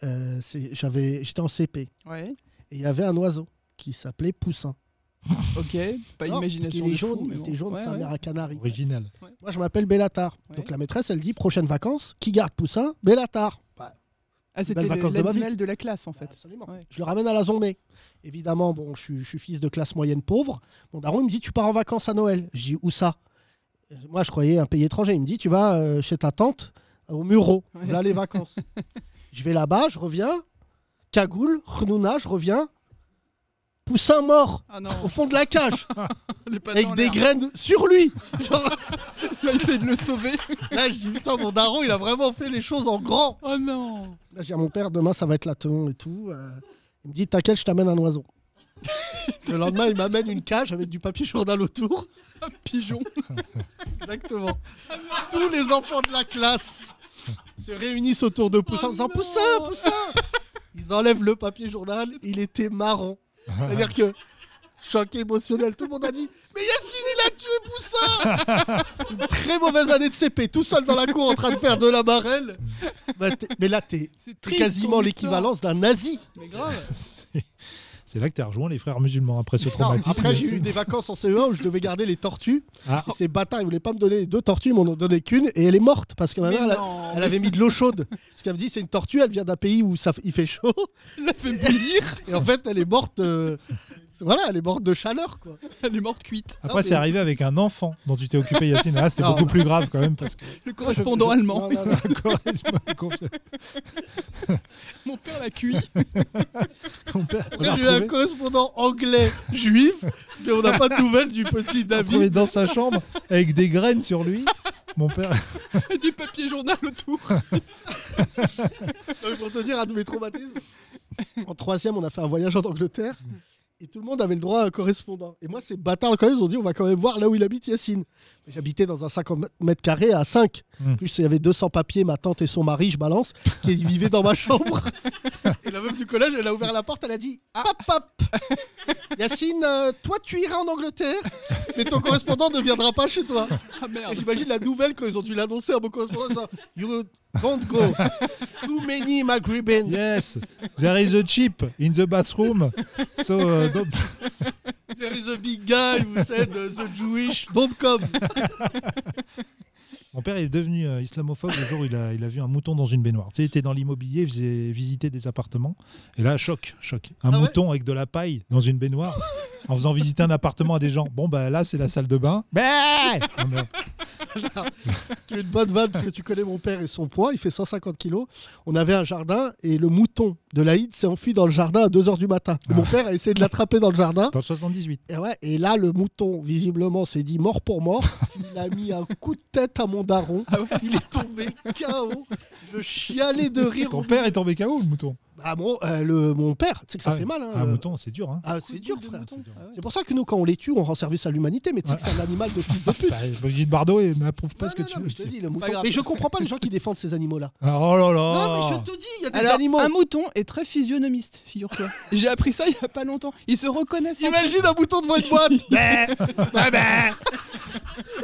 Speaker 3: euh, c'est- j'avais, j'étais en CP
Speaker 5: Ouais.
Speaker 3: et il y avait un oiseau qui s'appelait Poussin.
Speaker 5: Ok. Pas
Speaker 3: Non,
Speaker 5: imagination.
Speaker 3: Il
Speaker 5: de
Speaker 3: est jaune,
Speaker 5: fou, mais
Speaker 3: il
Speaker 5: bon.
Speaker 3: était jaune,
Speaker 5: Ouais,
Speaker 3: sa
Speaker 5: ouais.
Speaker 3: mère à Canaries.
Speaker 4: Original.
Speaker 3: Moi, je m'appelle Bellatar.
Speaker 5: Ouais.
Speaker 3: Donc la maîtresse, elle dit prochaine vacances, qui garde Poussin Bellatar. Bah,
Speaker 5: Ah, c'était
Speaker 3: Belles
Speaker 5: le-
Speaker 3: vacances de ma vie.
Speaker 5: l'animal de la classe en fait.
Speaker 3: Absolument.
Speaker 5: Ouais.
Speaker 3: Je le ramène à la Zombie. Évidemment, bon, je, suis- je suis fils de classe moyenne pauvre. Mon daron il me dit Tu pars en vacances à Noël. Je dis Où ça Euh, Moi, je croyais un pays étranger. Il me dit Tu vas euh, chez ta tante euh, au Muro.
Speaker 5: Ouais.
Speaker 3: Voilà les vacances. je vais là-bas, je reviens. Cagoule, Renouna, je reviens. Poussin mort
Speaker 5: Ah non,
Speaker 3: au fond de la cage
Speaker 5: les pattes
Speaker 3: avec
Speaker 5: en
Speaker 3: des
Speaker 5: l'air.
Speaker 3: graines sur lui. Genre,
Speaker 5: Il a essayé de le sauver.
Speaker 3: là, je dis Putain, mon daron, il a vraiment fait les choses en grand.
Speaker 5: Oh non.
Speaker 3: Là, je dis à mon père, demain ça va être la tenon et tout. Euh, il me dit, t'inquiète, je t'amène un oiseau. Le lendemain, il m'amène une cage avec du papier journal autour.
Speaker 5: Un pigeon.
Speaker 3: Exactement. Tous les enfants de la classe se réunissent autour de Poussin en disant
Speaker 5: non.
Speaker 3: Poussin, Poussin Ils enlèvent le papier journal, il était marron. C'est-à-dire que, choc émotionnel, tout le monde a dit Mais Yacine, il a tué Poussin Une très mauvaise année de CP, tout seul dans la cour en train de faire de la barrelle. Bah, t'es- mais là, t'es
Speaker 5: C'est
Speaker 3: t'es
Speaker 5: triste,
Speaker 3: quasiment
Speaker 5: ton
Speaker 3: l'équivalence d'un nazi.
Speaker 5: histoire. Mais grave.
Speaker 4: C'est c'est là que t'as rejoint les frères musulmans après ce
Speaker 3: Non,
Speaker 4: traumatisme.
Speaker 3: après, j'ai eu des vacances en CE1 où je devais garder les tortues.
Speaker 4: Ah.
Speaker 3: Et ces bâtards, ils voulaient pas me donner les deux tortues, ils m'en ont donné qu'une et elle est morte parce que ma
Speaker 5: Mais
Speaker 3: mère, elle, a-
Speaker 5: non.
Speaker 3: elle avait mis de l'eau chaude. Parce qu'elle me dit, c'est une tortue, elle vient d'un pays où ça, il fait chaud.
Speaker 5: Elle l'a fait bouillir.
Speaker 3: Et en fait, elle est morte. euh, Voilà, elle est morte de chaleur, quoi.
Speaker 5: Elle est morte cuite. Ah,
Speaker 4: Après,
Speaker 3: Non, mais-
Speaker 4: c'est arrivé avec un enfant dont tu t'es occupé, Yacine. Ah, c'était
Speaker 3: Non.
Speaker 4: beaucoup plus grave quand même parce que.
Speaker 5: Le correspondant allemand.
Speaker 3: Non, non, non.
Speaker 4: Correspond- conf-
Speaker 5: Mon père l'a cuit.
Speaker 4: on peut- on l'a
Speaker 3: Après, j'ai eu un
Speaker 4: retrouvé-
Speaker 3: correspondant anglais juif, mais on n'a pas de nouvelles du petit
Speaker 4: on l'a retrouvé
Speaker 3: David.
Speaker 4: dans sa chambre avec des graines sur lui. Mon père.
Speaker 5: du papier journal autour.
Speaker 3: Donc, pour te dire un de mes traumatismes. En troisième, on a fait un voyage en Angleterre. Et tout le monde avait le droit à un correspondant. Et moi, ces bâtards, quand même, ils ont dit on va quand même voir là où il habite Yacine. Mais J'habitais dans un 50 mètres carrés à 5.
Speaker 4: Mm.
Speaker 3: Plus, il y avait 200 papiers, ma tante et son mari, je balance, qui vivaient dans ma chambre. Et la meuf du collège, elle a ouvert la porte, elle a dit Pap, pap Yacine, euh, toi, tu iras en Angleterre, mais ton correspondant ne viendra pas chez toi.
Speaker 5: Ah
Speaker 3: Et
Speaker 5: merde.
Speaker 3: J'imagine la nouvelle quand ils ont dû l'annoncer à mon correspondant en disant, You don't go. Too many Maghribins.
Speaker 4: Yes, there is a chip in the bathroom. So uh, don't.
Speaker 3: There is a big guy who said uh, the Jewish don't come.
Speaker 4: Mon père est devenu euh, islamophobe le jour où il a, il a vu un mouton dans une baignoire. Tu sais, il était dans l'immobilier, il faisait visiter des appartements. Et là, choc, choc. Un
Speaker 3: Ah ouais
Speaker 4: mouton avec de la paille dans une baignoire en faisant visiter un appartement à des gens. Bon, bah là, c'est la salle de bain. Bah Non, mais
Speaker 3: C'est une bonne vanne parce que tu connais mon père et son poids. Il fait 150 kilos. On avait un jardin et le mouton de l'Aïd s'est enfui dans le jardin à 2h du matin. Et Mon père a essayé de l'attraper dans le jardin.
Speaker 4: Dans le 78.
Speaker 3: Et, ouais, et là, le mouton, visiblement, s'est dit mort pour mort. Il a mis un coup de tête à mon daron. Il est tombé KO. Je chialais de rire.
Speaker 4: Ton père est tombé KO, le mouton.
Speaker 3: Ah, mon, euh, le, mon père, tu sais que ça
Speaker 4: Ah,
Speaker 3: fait mal. Hein,
Speaker 4: Un
Speaker 3: euh.
Speaker 4: mouton, c'est dur. Hein.
Speaker 3: Ah, c'est dur, frère.
Speaker 5: C'est dur. Ah ouais.
Speaker 3: C'est pour ça que nous, quand on les tue, on rend service à l'humanité. Mais tu sais que c'est un animal de fils de Ah, pute.
Speaker 4: Bah, Brigitte Bardot elle n'approuve pas
Speaker 3: Non,
Speaker 4: ce que
Speaker 3: non,
Speaker 4: tu
Speaker 3: non,
Speaker 4: veux.
Speaker 3: mais je te
Speaker 4: dire.
Speaker 3: dis, le mouton.
Speaker 5: grave.
Speaker 3: Mais je comprends pas les gens qui défendent ces animaux-là.
Speaker 4: Ah, Oh là là
Speaker 3: Non, mais je te dis, il y a des
Speaker 5: Alors,
Speaker 3: animaux.
Speaker 5: un mouton est très physionomiste, figure-toi. J'ai appris ça il y a pas longtemps. Ils se reconnaissent. entre-
Speaker 3: Imagine un mouton devant une boîte.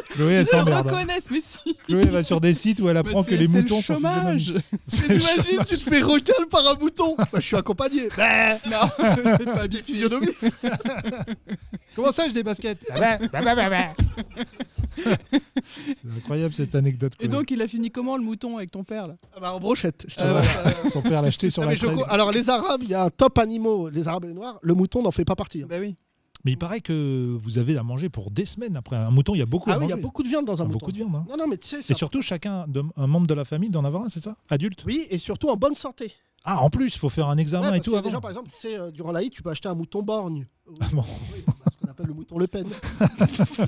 Speaker 4: Chloé, elle
Speaker 5: Ils se
Speaker 4: s'emmerde. hein.
Speaker 5: reconnaissent, mais si.
Speaker 4: Chloé elle va sur des sites où elle
Speaker 5: Mais
Speaker 4: apprend
Speaker 5: Bah, c'est-
Speaker 4: que les
Speaker 5: c'est le
Speaker 4: moutons sont
Speaker 5: chômage.
Speaker 4: physionomistes. C'est
Speaker 3: Mais
Speaker 4: le chômage.
Speaker 3: imagine, tu te fais recal par un mouton. Bah, je suis accompagné. Bah,
Speaker 5: Non, c'est pas habitué.
Speaker 3: physionomie.
Speaker 4: Comment ça, j'ai des baskets bah, C'est incroyable cette anecdote.
Speaker 5: Et
Speaker 4: quoi.
Speaker 5: donc, il a fini comment le mouton avec ton père là
Speaker 3: Ah bah, en brochette. je te
Speaker 5: Ah
Speaker 3: vois.
Speaker 4: Son père l'a acheté sur
Speaker 3: Ah,
Speaker 4: la
Speaker 3: mais je
Speaker 4: presse.
Speaker 3: co- Alors, les Arabes, il y a un top animaux. Les Arabes et les Noirs, le mouton n'en fait pas partie. hein.
Speaker 5: Bah oui.
Speaker 4: Mais il paraît que vous avez à manger pour des semaines après. Un mouton, il y a beaucoup
Speaker 3: Ah
Speaker 4: à
Speaker 3: oui, il
Speaker 4: manger.
Speaker 3: y a beaucoup de viande dans un
Speaker 4: Ah,
Speaker 3: mouton.
Speaker 4: beaucoup de viande. hein.
Speaker 3: Non, non, mais tu sais,
Speaker 4: Et
Speaker 3: ça.
Speaker 4: surtout, chacun, de- un membre de la famille d'en avoir un, c'est ça Adulte
Speaker 3: Oui, et surtout en bonne santé.
Speaker 4: Ah, en plus, il faut faire un examen
Speaker 3: Ouais,
Speaker 4: et
Speaker 3: parce
Speaker 4: tout
Speaker 3: que
Speaker 4: avant.
Speaker 3: déjà, par exemple, tu sais, euh, durant l'Aïd, tu peux acheter un mouton borgne.
Speaker 4: Ah bon.
Speaker 3: Oui, bah, ce qu'on appelle le mouton Le Pen.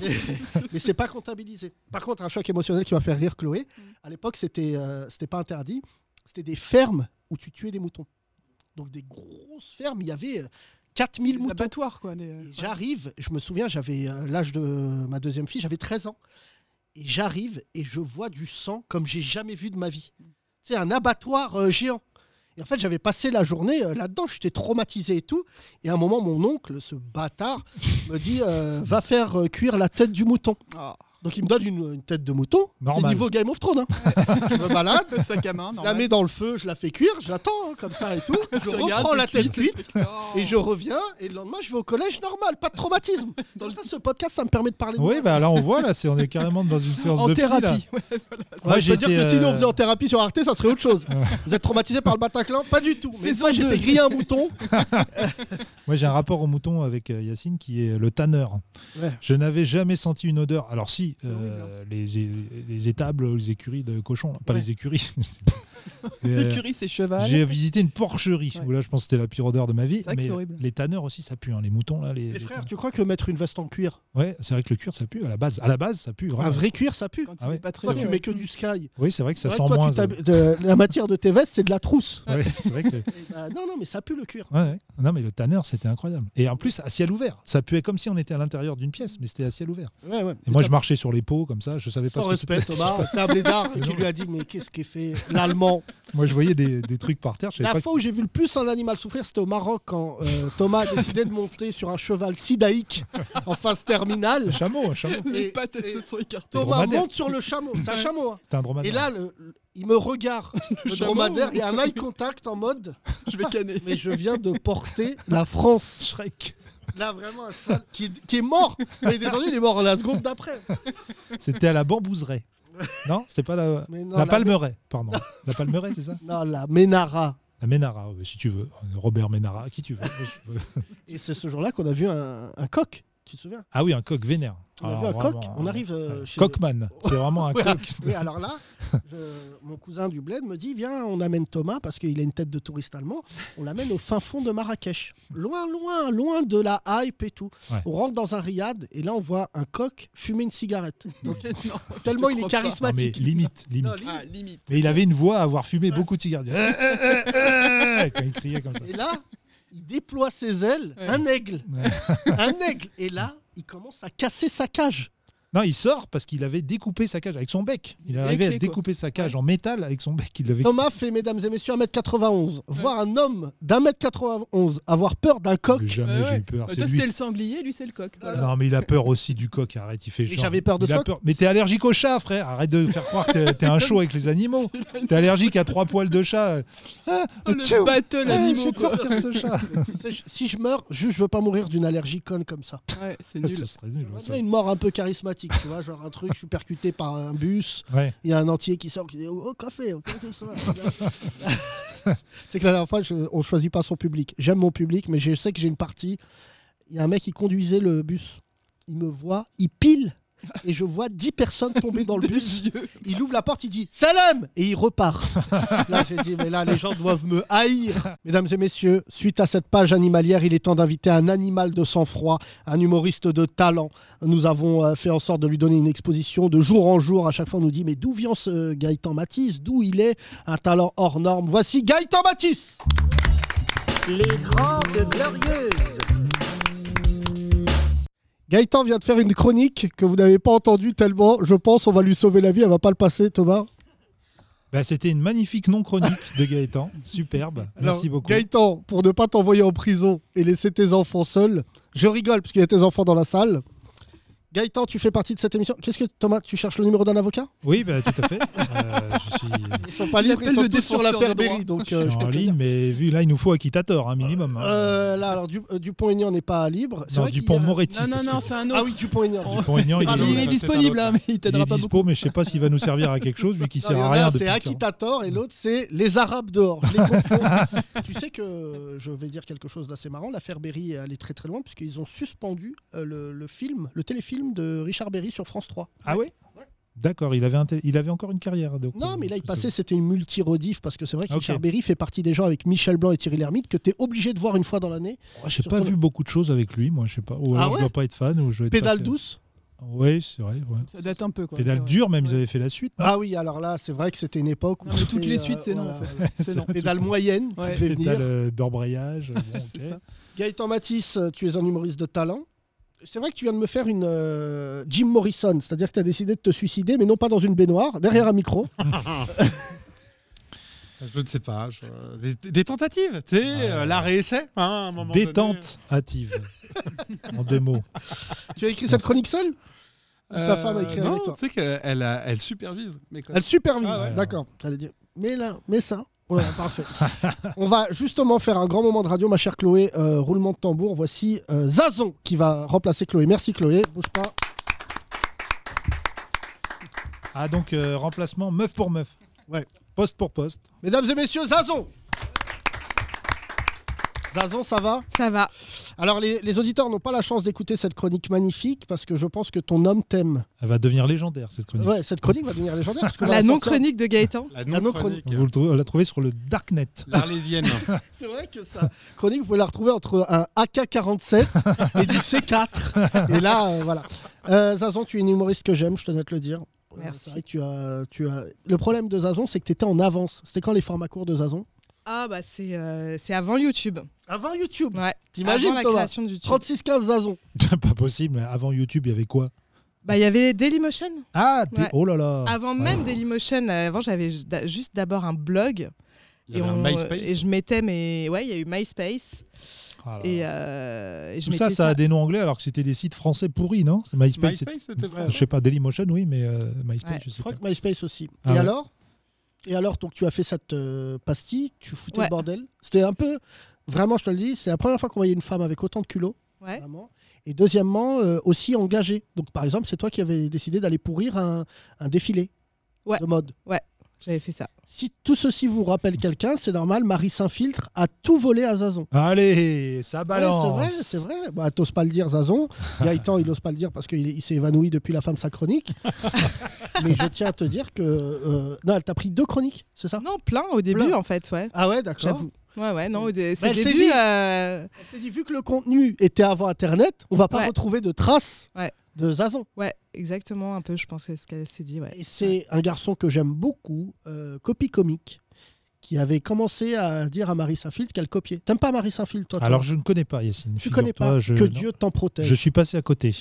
Speaker 3: mais mais c'est pas comptabilisé. Par contre, un choc émotionnel qui va faire rire Chloé. À l'époque, c'était euh, c'était pas interdit. C'était des fermes où tu tuais des moutons. Donc des grosses fermes, il y avait euh, 4000
Speaker 5: Les
Speaker 3: moutons.
Speaker 5: abattoirs, quoi. les-
Speaker 3: euh, Et J'arrive, je me souviens, j'avais euh, l'âge de ma deuxième fille, j'avais 13 ans. Et j'arrive et je vois du sang comme j'ai jamais vu de ma vie. C'est un abattoir euh, géant. Et en fait, j'avais passé la journée euh, là-dedans, j'étais traumatisé et tout. Et à un moment, mon oncle, ce bâtard, me dit euh, Va faire euh, cuire la tête du mouton.
Speaker 5: Ah,
Speaker 3: Donc il me donne une, une tête de mouton. C'est
Speaker 4: Normal.
Speaker 3: niveau Game of Thrones. hein. je me balade,
Speaker 5: le sac à main,
Speaker 3: je la
Speaker 5: normal.
Speaker 3: mets dans le feu, je la fais cuire, j'attends hein, comme ça et tout. Je
Speaker 5: Tu regardes,
Speaker 3: reprends
Speaker 5: c'est
Speaker 3: la tête
Speaker 5: cuit,
Speaker 3: cuite.
Speaker 5: c'est fait. Oh.
Speaker 3: Et je reviens, et le lendemain, je vais au collège normal, pas de traumatisme. Dans ça, ce podcast, ça me permet de parler de
Speaker 4: Oui,
Speaker 3: moi.
Speaker 4: bah là on voit, là, c'est- on est carrément dans une séance
Speaker 5: En
Speaker 4: de psy, là.
Speaker 5: thérapie. ouais.
Speaker 4: bah, Moi,
Speaker 3: Ouais, je peux
Speaker 4: j'étais,
Speaker 3: dire que si nous on
Speaker 4: euh,
Speaker 3: faisait en thérapie sur Arte, ça serait autre chose. Vous êtes traumatisé par le Bataclan Pas du tout. Mais
Speaker 5: Saison
Speaker 3: moi, j'ai
Speaker 5: deux.
Speaker 3: fait griller un mouton.
Speaker 4: Moi, j'ai un rapport au mouton avec euh, Yacine qui est le tanneur.
Speaker 3: Ouais.
Speaker 4: Je n'avais jamais senti une odeur. Alors, si,
Speaker 5: C'est
Speaker 4: euh, les, é- les étables, ou les écuries de cochons, là. pas
Speaker 3: Ouais.
Speaker 4: les écuries. Mais, euh,
Speaker 5: L'écurie, c'est cheval.
Speaker 4: J'ai visité une porcherie
Speaker 5: Ouais.
Speaker 4: où là, je pense que c'était la pire odeur de ma vie.
Speaker 5: C'est vrai que
Speaker 4: mais
Speaker 5: c'est horrible.
Speaker 4: les tanneurs aussi, ça pue. hein, les moutons, là. Les,
Speaker 3: Mais
Speaker 4: les
Speaker 3: frère,
Speaker 4: tanneurs.
Speaker 3: tu crois que mettre une veste en cuir,
Speaker 4: Ouais, c'est vrai que le cuir, ça pue à la base. À la base, ça pue. vraiment.
Speaker 3: un Ah, vrai cuir, ça pue.
Speaker 5: Quand il
Speaker 4: Ah ouais.
Speaker 5: est pas très
Speaker 3: Toi,
Speaker 5: beau,
Speaker 3: tu
Speaker 5: ouais.
Speaker 3: mets que du sky.
Speaker 4: Oui, c'est vrai que ça
Speaker 3: Ouais,
Speaker 4: sent
Speaker 3: toi,
Speaker 4: moins.
Speaker 3: tu t'hab- de- la matière de tes vestes, c'est de la trousse.
Speaker 4: euh, ouais, c'est vrai que. ouais,
Speaker 3: Bah, non, non, mais ça pue le cuir.
Speaker 4: ouais. Non, mais le tanneur, c'était incroyable. Et en plus, à ciel ouvert. Ça puait comme si on était à l'intérieur d'une pièce, mais c'était à ciel ouvert.
Speaker 3: Ouais, ouais.
Speaker 4: Et moi, je marchais sur les pots comme ça. Je savais pas
Speaker 3: Sans
Speaker 4: ce que c'était.
Speaker 3: respect, Thomas, c'est un blédard qui lui a dit Mais qu'est-ce qu'il fait L'allemand.
Speaker 4: Moi, je voyais des, des trucs par terre. Je savais
Speaker 3: La
Speaker 4: pas
Speaker 3: fois où j'ai vu le plus un animal souffrir, c'était au Maroc quand euh, Thomas a décidé de monter sur un cheval sidaïque en phase terminale.
Speaker 4: Un chameau, un chameau.
Speaker 5: Les
Speaker 3: Et-
Speaker 5: pattes, elles
Speaker 3: et-
Speaker 5: se sont écartées.
Speaker 3: Thomas
Speaker 4: dromadaire.
Speaker 3: monte sur le chameau, c'est un chameau. hein.
Speaker 4: C'était un dromadaire.
Speaker 3: Et là, le- le- il me regarde, le,
Speaker 5: chameau.
Speaker 3: dromadaire, il y a un eye contact en mode
Speaker 5: Je vais canner.
Speaker 3: Mais je viens de porter la France.
Speaker 4: Shrek.
Speaker 3: Là, vraiment, un cheval qui, qui est mort. Il est descendu, il est mort la seconde d'après.
Speaker 4: C'était à la bambouseraie. Non, c'était pas la.
Speaker 3: Mais non,
Speaker 4: la palmeraie, pardon. La palmeraie, c'est ça
Speaker 3: Non, la Ménara.
Speaker 4: La Ménara, oui, si tu veux. Robert Ménara, qui tu veux. Moi, je-
Speaker 3: Et c'est ce jour-là qu'on a vu un, un coq, tu te souviens
Speaker 4: Ah oui, un coq vénère.
Speaker 3: On a
Speaker 4: Alors,
Speaker 3: vu un
Speaker 4: vraiment,
Speaker 3: coq, on arrive euh,
Speaker 4: euh,
Speaker 3: chez...
Speaker 4: Cockman, c'est vraiment un
Speaker 3: Ouais,
Speaker 4: coq.
Speaker 3: Oui, alors là, je- mon cousin du bled me dit Viens, on amène Thomas, parce qu'il a une tête de touriste allemand, on l'amène au fin fond de Marrakech. Loin, loin, loin de la hype et tout.
Speaker 4: Ouais.
Speaker 3: On rentre dans un riad, et là, on voit un coq fumer une cigarette. Donc,
Speaker 5: Non. ah,
Speaker 3: tellement il est
Speaker 5: crois pas.
Speaker 4: Non, mais
Speaker 3: charismatique.
Speaker 4: limite, limite.
Speaker 3: Non, limite.
Speaker 5: Ah, limite.
Speaker 4: mais il avait une voix à avoir fumé beaucoup de cigares. Il disait, Eh, eh, eh, eh quand il criait comme ça.
Speaker 3: Et là, il déploie ses ailes,
Speaker 5: Ouais.
Speaker 3: un aigle.
Speaker 4: Ouais.
Speaker 3: un aigle. Et là, il commence à casser sa cage.
Speaker 4: Non, il sort parce qu'il avait découpé sa cage avec son bec. Il
Speaker 5: Il
Speaker 4: est
Speaker 5: a
Speaker 4: arrivé à
Speaker 5: éclé, quoi.
Speaker 4: découper sa cage en métal avec son bec. Il l'avait
Speaker 3: Thomas fait, mesdames et messieurs, 1m91. Voir un homme d'un mètre 91 avoir peur d'un coq. Euh,
Speaker 4: Mais Jamais
Speaker 5: Ouais,
Speaker 4: j'ai
Speaker 5: ouais.
Speaker 4: eu peur.
Speaker 5: Bah,
Speaker 4: c'est
Speaker 5: toi,
Speaker 4: lui
Speaker 5: c'était le sanglier, lui, c'est le coq. Voilà.
Speaker 4: Non, mais il a peur aussi du coq, arrête, il fait
Speaker 3: Mais
Speaker 4: genre.
Speaker 3: j'avais peur de
Speaker 4: Il
Speaker 3: ce
Speaker 4: a
Speaker 3: coq.
Speaker 4: Mais t'es allergique au chat, frère. Arrête de faire croire que t'es- t'es un chaud avec les animaux. T'es allergique à trois poils de chat. Ah,
Speaker 5: Oh,
Speaker 4: tchou,
Speaker 5: le battle
Speaker 4: ah, je
Speaker 5: animaux.
Speaker 4: vais te sortir ce chat.
Speaker 3: Tu sais, Si je meurs, juste, je veux pas mourir d'une allergie conne comme ça.
Speaker 5: Ouais, c'est
Speaker 4: Ah,
Speaker 5: nul.
Speaker 4: ce serait nul.
Speaker 3: J'aimerais
Speaker 4: ça.
Speaker 3: bien une mort un peu charismatique, tu vois, genre un truc, je suis percuté par un bus,
Speaker 4: Ouais.
Speaker 3: il y a un entier qui sort qui dit Oh, café, oh, comme ça. C'est que la dernière fois, je- on choisit pas son public. J'aime mon public, mais je sais que j'ai une partie. Il y a un mec qui conduisait le bus. Il me voit, il pile, et je vois 10 personnes tomber dans le bus. Il ouvre la porte, il dit Salam Et il repart. là, j'ai dit Mais là, les gens doivent me haïr. Mesdames et messieurs, suite à cette page animalière, il est temps d'inviter un animal de sang-froid, un humoriste de talent. Nous avons euh, fait en sorte de lui donner une exposition de jour en jour. À chaque fois, on nous dit Mais d'où vient ce Gaëtan Matisse D'où il est Un talent hors norme. Voici Gaëtan Matisse
Speaker 1: Les Grandes Glorieuses.
Speaker 3: Gaëtan vient de faire une chronique que vous n'avez pas entendue tellement, je pense, on va lui sauver la vie, elle va pas le passer, Thomas.
Speaker 4: Bah, C'était une magnifique non-chronique de Gaëtan. Superbe. Merci
Speaker 3: Alors,
Speaker 4: beaucoup.
Speaker 3: Gaëtan, pour ne pas t'envoyer en prison et laisser tes enfants seuls, je rigole parce qu'il y a tes enfants dans la salle. Gaëtan, tu fais partie de cette émission. Qu'est-ce que Thomas, tu cherches le numéro d'un avocat
Speaker 4: Oui, bah, tout à fait. Euh, je suis.
Speaker 3: Ils sont pas
Speaker 5: Il
Speaker 3: libres, ils
Speaker 5: appelle
Speaker 3: sont
Speaker 5: le
Speaker 3: tous sur
Speaker 5: défenseur
Speaker 3: l'affaire
Speaker 5: des droits.
Speaker 3: Berry, donc
Speaker 4: je
Speaker 3: euh,
Speaker 4: suis
Speaker 3: je
Speaker 4: en
Speaker 3: peux te
Speaker 4: ligne,
Speaker 3: dire.
Speaker 4: mais vu là, il nous faut acquittateur, un minimum. hein.
Speaker 3: Euh, là, alors Du- euh, Dupont-Aignan n'est pas libre. C'est
Speaker 4: Non,
Speaker 3: vrai qu'il y a-
Speaker 4: Dupont-Moretti.
Speaker 5: Non, non,
Speaker 4: parce
Speaker 5: non,
Speaker 4: que-
Speaker 5: c'est un
Speaker 3: Ah
Speaker 5: autre.
Speaker 3: oui, Dupont-Aignan.
Speaker 4: Dupont-Aignan, il
Speaker 3: Ah,
Speaker 4: est-
Speaker 3: non,
Speaker 5: il
Speaker 3: c'est
Speaker 5: est
Speaker 3: un
Speaker 5: disponible, hein, mais il
Speaker 4: Il
Speaker 5: t'aidera
Speaker 4: est
Speaker 5: pas beaucoup.
Speaker 4: dispo, mais je sais pas s'il va nous servir à quelque chose vu qu'il
Speaker 3: Non,
Speaker 4: sert
Speaker 3: il y en
Speaker 4: à
Speaker 3: a
Speaker 4: rien
Speaker 3: un,
Speaker 4: depuis.
Speaker 3: C'est
Speaker 4: 40.
Speaker 3: Akitator et l'autre c'est les Arabes dehors. Je les confonds. tu sais que euh, je vais dire quelque chose d'assez marrant. L'affaire Berry est allée très très loin puisqu'ils ont suspendu euh, le, le film, le téléfilm de Richard Berry sur France 3.
Speaker 4: Ah ouais D'accord, il avait, un tel- il avait encore une carrière. donc,
Speaker 3: Non,
Speaker 4: euh,
Speaker 3: mais là il
Speaker 4: c'est- Ah,
Speaker 3: passait, c'était une multi-rediff parce que c'est vrai que
Speaker 4: Ok.
Speaker 3: Richard Berry fait partie des gens avec Michel Blanc et Thierry Lhermitte que t'es obligé de voir une fois dans l'année.
Speaker 4: Oh, J'ai pas
Speaker 3: Surtout
Speaker 4: vu beaucoup de choses avec lui, moi, je sais pas. Ou
Speaker 3: Ah
Speaker 4: alors
Speaker 3: ouais
Speaker 4: je dois pas être fan. Ou je vais être
Speaker 3: Pédale
Speaker 4: passé-
Speaker 3: douce.
Speaker 4: Oui, c'est vrai. ouais.
Speaker 5: Ça date un peu, quoi.
Speaker 4: Pédale
Speaker 5: Ouais.
Speaker 4: dure, même, ils
Speaker 5: Ouais.
Speaker 4: avaient fait la suite.
Speaker 3: Ah oui, alors là c'est vrai que c'était une époque où
Speaker 5: Non, mais toutes
Speaker 3: c'était,
Speaker 5: les
Speaker 3: euh,
Speaker 5: suites, c'est non.
Speaker 3: voilà.
Speaker 5: en fait. C'est non.
Speaker 3: Pédale moyenne,
Speaker 5: Ouais.
Speaker 3: tu devais venir.
Speaker 4: Pédale euh, d'embrayage. euh, bon,
Speaker 5: C'est
Speaker 4: ok.
Speaker 5: ça.
Speaker 3: Gaëtan Matisse, tu es un humoriste de talent. C'est vrai que tu viens de me faire une euh, Jim Morrison, c'est-à-dire que tu as décidé de te suicider, mais non pas dans une baignoire, derrière un micro.
Speaker 6: Je ne sais pas. je- Des, des tentatives, tu sais, euh, l'arrêt-essai, hein, à un moment donné.
Speaker 4: Détente
Speaker 3: euh.
Speaker 4: hâtive. en deux mots.
Speaker 3: tu as écrit cette chronique seule ta femme a écrit
Speaker 6: euh, non,
Speaker 3: avec toi.
Speaker 6: Tu sais qu'elle elle a- elle supervise. Mais quoi.
Speaker 3: Elle supervise,
Speaker 6: Ah ouais.
Speaker 3: d'accord. T'allais dire, mais là, mais ça. Voilà, parfait. On va justement faire un grand moment de radio, ma chère Chloé. Euh, roulement de tambour, voici euh, Zazon qui va remplacer Chloé. Merci Chloé, bouge pas.
Speaker 4: Ah, donc euh, remplacement meuf pour meuf.
Speaker 3: Ouais.
Speaker 4: Poste pour poste.
Speaker 3: Mesdames et messieurs, Zazon Zazon, ça va
Speaker 7: Ça va.
Speaker 3: Alors, les, les auditeurs n'ont pas la chance d'écouter cette chronique magnifique parce que je pense que ton homme t'aime.
Speaker 4: Elle va devenir légendaire, cette chronique.
Speaker 3: Ouais, cette chronique va devenir légendaire. parce que
Speaker 7: La
Speaker 3: on va
Speaker 7: non-chronique de Gaëtan.
Speaker 6: La
Speaker 3: non
Speaker 6: non-chronique.
Speaker 4: Vous le trou- la trouvez sur le Darknet.
Speaker 6: L'arlésienne.
Speaker 3: sortir- C'est vrai que sa chronique, vous pouvez la retrouver entre un AK-47 et du C4. Et là, euh, voilà. Euh, Zazon, tu es une humoriste que j'aime, je tenais à te le dire. Euh,
Speaker 7: Merci.
Speaker 3: c'est vrai que tu as, tu as... Le problème de Zazon, c'est que tu étais en avance. C'était quand les formats courts de Zazon
Speaker 7: Ah bah c'est euh, c'est avant YouTube.
Speaker 3: Avant YouTube.
Speaker 7: Ouais.
Speaker 3: T'imagines,
Speaker 7: avant la
Speaker 3: Thomas
Speaker 7: création de YouTube.
Speaker 3: 36-15 Zazon.
Speaker 4: Pas possible, mais avant YouTube, il y avait quoi
Speaker 7: Bah il y avait Dailymotion.
Speaker 4: Ah, t'es-
Speaker 7: Ouais.
Speaker 4: oh là là
Speaker 7: Avant
Speaker 4: Ouais.
Speaker 7: même Dailymotion, euh, avant j'avais ju- d'a- juste d'abord un blog
Speaker 6: Il y
Speaker 7: et,
Speaker 6: avait un
Speaker 7: on-
Speaker 6: MySpace.
Speaker 7: et je mettais mes ouais, il y a eu MySpace
Speaker 4: Ah là
Speaker 7: et,
Speaker 4: là.
Speaker 7: euh, et je
Speaker 4: Tout ça,
Speaker 7: mettais
Speaker 4: ça a des noms anglais alors que c'était des sites français pourris, non C'est MySpace, c'est-
Speaker 6: MySpace, c'était vrai.
Speaker 4: Je sais pas, Dailymotion, oui, mais euh, MySpace,
Speaker 7: Ouais.
Speaker 4: je sais
Speaker 3: Je
Speaker 4: pas.
Speaker 3: crois que MySpace aussi.
Speaker 4: Ah
Speaker 3: et
Speaker 4: ouais.
Speaker 3: alors Et alors, donc tu as fait cette euh, pastille, tu foutais
Speaker 7: Ouais.
Speaker 3: le bordel. C'était un peu, vraiment, je te le dis, c'est la première fois qu'on voyait une femme avec autant de culot.
Speaker 7: Ouais.
Speaker 3: vraiment. Et deuxièmement, euh, aussi engagée. Donc, par exemple, c'est toi qui avais décidé d'aller pourrir un, un défilé
Speaker 7: Ouais.
Speaker 3: de mode.
Speaker 7: J'avais fait ça.
Speaker 3: Si tout ceci vous rappelle quelqu'un, c'est normal, Marie Saint-Filtre a tout volé à Zazon.
Speaker 4: Allez, ça balance
Speaker 3: Ouais, c'est vrai, c'est vrai. Bah, t'oses pas le dire, Zazon. Gaëtan, il n'ose pas le dire parce qu'il il s'est évanoui depuis la fin de sa chronique. Mais je tiens à te dire que. euh, non, elle t'a pris deux chroniques, c'est ça
Speaker 7: Non, plein au début
Speaker 3: Ah. Plein.
Speaker 7: en fait, ouais.
Speaker 3: Ah ouais, d'accord.
Speaker 7: J'avoue. Ouais ouais, non, au dé-
Speaker 3: Bah,
Speaker 7: c'est
Speaker 3: elle s'est
Speaker 7: début
Speaker 3: dit.
Speaker 7: euh,
Speaker 3: Elle s'est dit, vu que le contenu était avant Internet, on va pas
Speaker 7: Ouais.
Speaker 3: retrouver de traces
Speaker 7: Ouais.
Speaker 3: de Zazon.
Speaker 7: ouais, exactement un peu je pensais ce qu'elle s'est dit, ouais.
Speaker 3: Et c'est un garçon que j'aime beaucoup, euh, Copy Comique, qui avait commencé à dire à Marie Saint-Field qu'elle copiait. T'aimes pas Marie Saint-Field, toi, toi
Speaker 4: Alors, je ne connais pas, Yacine.
Speaker 3: tu connais
Speaker 4: Figure-toi,
Speaker 3: pas.
Speaker 4: je-
Speaker 3: que
Speaker 4: non.
Speaker 3: Dieu t'en protège.
Speaker 4: Je suis passé à côté.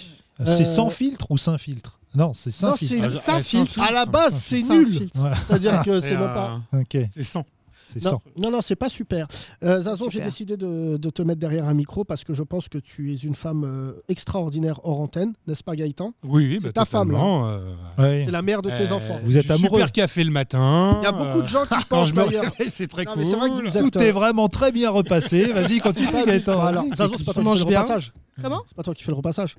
Speaker 4: C'est
Speaker 3: Euh,
Speaker 4: sans filtre ou sans filtre Non, c'est sans
Speaker 3: Non,
Speaker 4: filtre. Ah,
Speaker 3: c'est-
Speaker 7: ça, filtre.
Speaker 3: À la base, c'est
Speaker 7: Sans
Speaker 3: nul.
Speaker 7: filtre.
Speaker 3: C'est-à-dire que c'est
Speaker 6: C'est
Speaker 3: même pas.
Speaker 6: euh,
Speaker 4: Ok,
Speaker 6: c'est sans.
Speaker 4: c'est
Speaker 3: Non,
Speaker 4: sans.
Speaker 3: non, non, c'est pas super. Euh, Zazon, j'ai
Speaker 7: Super.
Speaker 3: décidé de, de te mettre derrière un micro parce que je pense que tu es une femme euh, extraordinaire hors antenne, n'est-ce pas Gaëtan
Speaker 6: Oui, oui,
Speaker 3: C'est
Speaker 6: bah,
Speaker 3: ta femme, là.
Speaker 6: totalement, euh,
Speaker 4: Ouais.
Speaker 3: C'est la mère de tes
Speaker 6: euh,
Speaker 3: enfants.
Speaker 4: Vous êtes
Speaker 6: du
Speaker 4: amoureux.
Speaker 6: Super café le matin. euh,
Speaker 3: Il y a beaucoup de gens qui
Speaker 6: Quand
Speaker 3: pensent
Speaker 6: je me
Speaker 3: d'ailleurs.
Speaker 6: réveille, c'est très
Speaker 3: Non,
Speaker 6: cool.
Speaker 3: mais c'est vrai que vous êtes,
Speaker 4: Tout
Speaker 3: euh,
Speaker 4: est vraiment très bien repassé. Vas-y, continue, Gaëtan.
Speaker 3: Alors,
Speaker 4: Vas-y.
Speaker 3: Zazon, c'est pas toi qui
Speaker 7: Mange
Speaker 3: fais le
Speaker 7: bien.
Speaker 3: repassage.
Speaker 7: Comment
Speaker 3: C'est pas toi qui fais le repassage.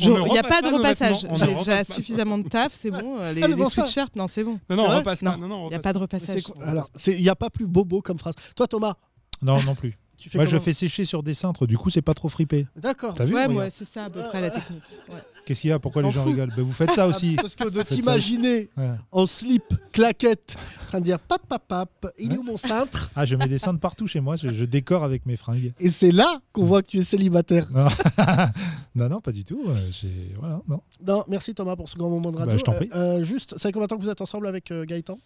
Speaker 6: On
Speaker 7: Je-
Speaker 6: ne
Speaker 7: Il n'y a
Speaker 6: repasse
Speaker 7: pas de
Speaker 6: nos
Speaker 7: repassage.
Speaker 6: vêtements, on ne
Speaker 7: J'ai
Speaker 6: repasse
Speaker 7: déjà
Speaker 6: pas.
Speaker 7: suffisamment de taf, c'est bon. euh, Les,
Speaker 3: Ah, le
Speaker 7: les
Speaker 3: bon ça.
Speaker 7: sweatshirts, non, c'est bon.
Speaker 6: Non, non,
Speaker 3: C'est
Speaker 6: on
Speaker 3: vrai
Speaker 6: repasse
Speaker 7: Non.
Speaker 6: pas. Non, non, on
Speaker 7: Il n'y a
Speaker 6: repasse
Speaker 7: pas de
Speaker 3: C'est
Speaker 7: repassage.
Speaker 3: con- Alors, c'est- il n'y a pas plus bobo comme phrase. Toi, Thomas,
Speaker 4: Non, non plus.
Speaker 3: tu fais
Speaker 4: Moi, je
Speaker 3: comment
Speaker 4: fais sécher sur des cintres, du coup, c'est pas trop fripé.
Speaker 3: D'accord.
Speaker 4: T'as vu
Speaker 7: ouais,
Speaker 4: regarde.
Speaker 7: moi, c'est ça à peu près la technique. Ouais.
Speaker 4: Qu'est-ce qu'il y a Pourquoi
Speaker 7: On
Speaker 4: les
Speaker 7: s'en
Speaker 4: gens
Speaker 7: fout.
Speaker 4: rigolent Ben, Vous faites ça aussi.
Speaker 3: Ah, Parce que de
Speaker 4: Faites ça.
Speaker 3: t'imaginer
Speaker 4: Ouais.
Speaker 3: en slip, claquette, en train de dire pap, pap, pap, il est où mon cintre
Speaker 4: Ah, je mets des cintres partout chez moi, je, je décore avec mes fringues.
Speaker 3: Et c'est là qu'on voit que tu es célibataire.
Speaker 4: Non, non, pas du tout. euh, j'ai- Voilà, non.
Speaker 3: Non, merci Thomas pour ce grand moment de radio.
Speaker 4: Bah, je t'en prie.
Speaker 3: Euh, euh, juste, ça fait combien de temps que vous êtes ensemble avec euh, Gaëtan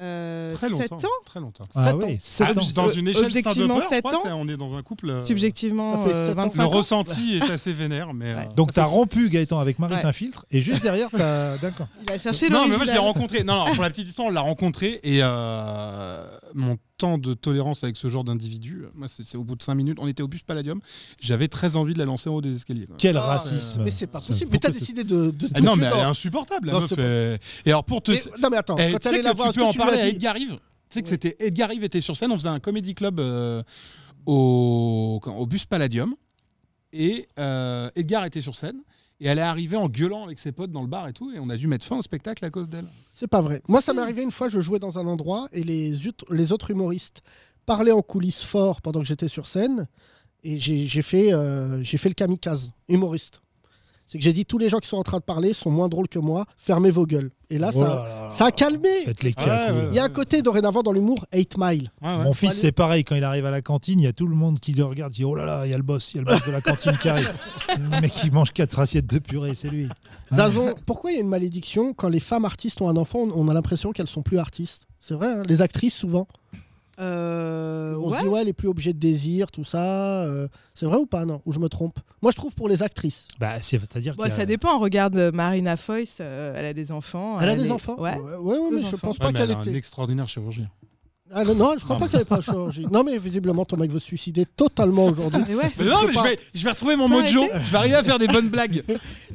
Speaker 7: Euh,
Speaker 6: Très
Speaker 7: 7
Speaker 6: longtemps.
Speaker 7: ans
Speaker 6: Très longtemps.
Speaker 4: Ah
Speaker 3: Sept
Speaker 4: oui,
Speaker 3: ans.
Speaker 4: sept
Speaker 6: Ah,
Speaker 4: ans.
Speaker 6: Dans une échelle
Speaker 7: Objectivement,
Speaker 6: stand-upper, je
Speaker 7: sept
Speaker 6: crois,
Speaker 7: ans.
Speaker 6: c'est- on est dans un couple. euh,
Speaker 7: Subjectivement,
Speaker 3: ça fait
Speaker 7: euh,
Speaker 3: sept ans.
Speaker 7: 25
Speaker 6: Le
Speaker 7: ans.
Speaker 6: ressenti est assez vénère, mais. euh,
Speaker 7: Ouais.
Speaker 4: Donc, t'as
Speaker 6: ça fait-
Speaker 4: rompu Gaëtan avec Marie
Speaker 7: Ouais.
Speaker 4: Saint-Filtre, et juste derrière, t'as. D'accord.
Speaker 7: Il a cherché
Speaker 6: Non, mais moi je l'ai
Speaker 7: l'original.
Speaker 6: rencontré. Non, non, pour la petite histoire, on l'a rencontré et euh, mon temps de tolérance avec ce genre d'individu, euh, moi c'est c'est au bout de 5 minutes. On était au bus Palladium, j'avais très envie de la lancer en haut des escaliers. quoi.
Speaker 4: Quel
Speaker 3: Ah,
Speaker 4: racisme.
Speaker 6: Bah,
Speaker 3: Mais c'est pas
Speaker 4: Ça-
Speaker 3: possible. Mais t'as
Speaker 4: pourquoi
Speaker 3: décidé de. de-
Speaker 6: Ah non,
Speaker 3: de-
Speaker 6: mais elle est
Speaker 3: non.
Speaker 6: insupportable, la
Speaker 3: Non,
Speaker 6: meuf.
Speaker 3: c'est pas-
Speaker 6: euh, Et alors pour te.
Speaker 3: Mais- non, mais attends.
Speaker 6: Eh,
Speaker 3: quand
Speaker 6: tu
Speaker 3: elle
Speaker 6: sais
Speaker 3: est
Speaker 6: que
Speaker 3: la voir, est-ce
Speaker 6: tu peux
Speaker 3: que
Speaker 6: en
Speaker 3: tu lui
Speaker 6: parler
Speaker 3: as
Speaker 6: à
Speaker 3: dit-
Speaker 6: Edgar Rive. Tu sais que c'était Edgar Rive était sur scène, on faisait un comédie club euh, au, quand- au bus Palladium et euh, Edgar était sur scène et elle est arrivée en gueulant avec ses potes dans le bar et tout et on a dû mettre fin au spectacle à cause d'elle.
Speaker 3: C'est pas vrai. Moi, ça m'est arrivé une fois, je jouais dans un endroit et les, ut- les autres humoristes parlaient en coulisses fort pendant que j'étais sur scène et j'ai j'ai fait, euh, j'ai fait le kamikaze, humoriste. C'est que j'ai dit tous les gens qui sont en train de parler sont moins drôles que moi, fermez vos gueules. Et là,
Speaker 4: Oh
Speaker 3: ça, ça a calmé.
Speaker 4: Faites les
Speaker 6: Ah,
Speaker 4: cacous,
Speaker 6: ouais,
Speaker 4: là.
Speaker 3: Il y a un côté dorénavant dans l'humour 8 Mile.
Speaker 4: Mon fils, c'est pareil, quand il arrive à la cantine, il y a tout le monde qui le regarde, qui dit Oh là là, il y a le boss, il y a le boss de la cantine qui arrive. Le mec, qui mange quatre assiettes de purée, c'est lui.
Speaker 3: Zazon, pourquoi il y a une malédiction quand les femmes artistes ont un enfant, on on a l'impression qu'elles sont plus artistes C'est vrai, hein, les actrices souvent.
Speaker 5: Euh,
Speaker 3: On
Speaker 5: ouais.
Speaker 3: se dit, ouais, elle est plus objet de désir, tout ça. euh, c'est vrai ou pas, non Ou je me trompe Moi, je trouve pour les actrices.
Speaker 4: Bah, c'est- c'est-à-dire
Speaker 5: Bon,
Speaker 4: qu'il y a-
Speaker 5: ça dépend. Regarde euh, Marina Foïs, euh, elle a des enfants.
Speaker 3: elle a des
Speaker 5: est-
Speaker 3: enfants
Speaker 5: Ouais.
Speaker 3: ouais, ouais,
Speaker 5: Deux
Speaker 3: mais je
Speaker 5: enfants.
Speaker 3: pense
Speaker 6: Ouais,
Speaker 3: pas
Speaker 6: mais
Speaker 3: qu'elle
Speaker 6: elle a un
Speaker 3: était.
Speaker 6: extraordinaire chirurgien.
Speaker 3: Ah, non, non, je crois
Speaker 6: Non,
Speaker 3: pas qu'elle est pas chirurgie. Non, mais visiblement, ton mec veut se suicider totalement aujourd'hui.
Speaker 5: Mais ouais, c'est-
Speaker 6: Mais non,
Speaker 3: peux
Speaker 6: mais je
Speaker 3: pas.
Speaker 6: vais, je vais retrouver mon
Speaker 5: Faut
Speaker 6: mojo. Je vais arriver à faire des bonnes blagues.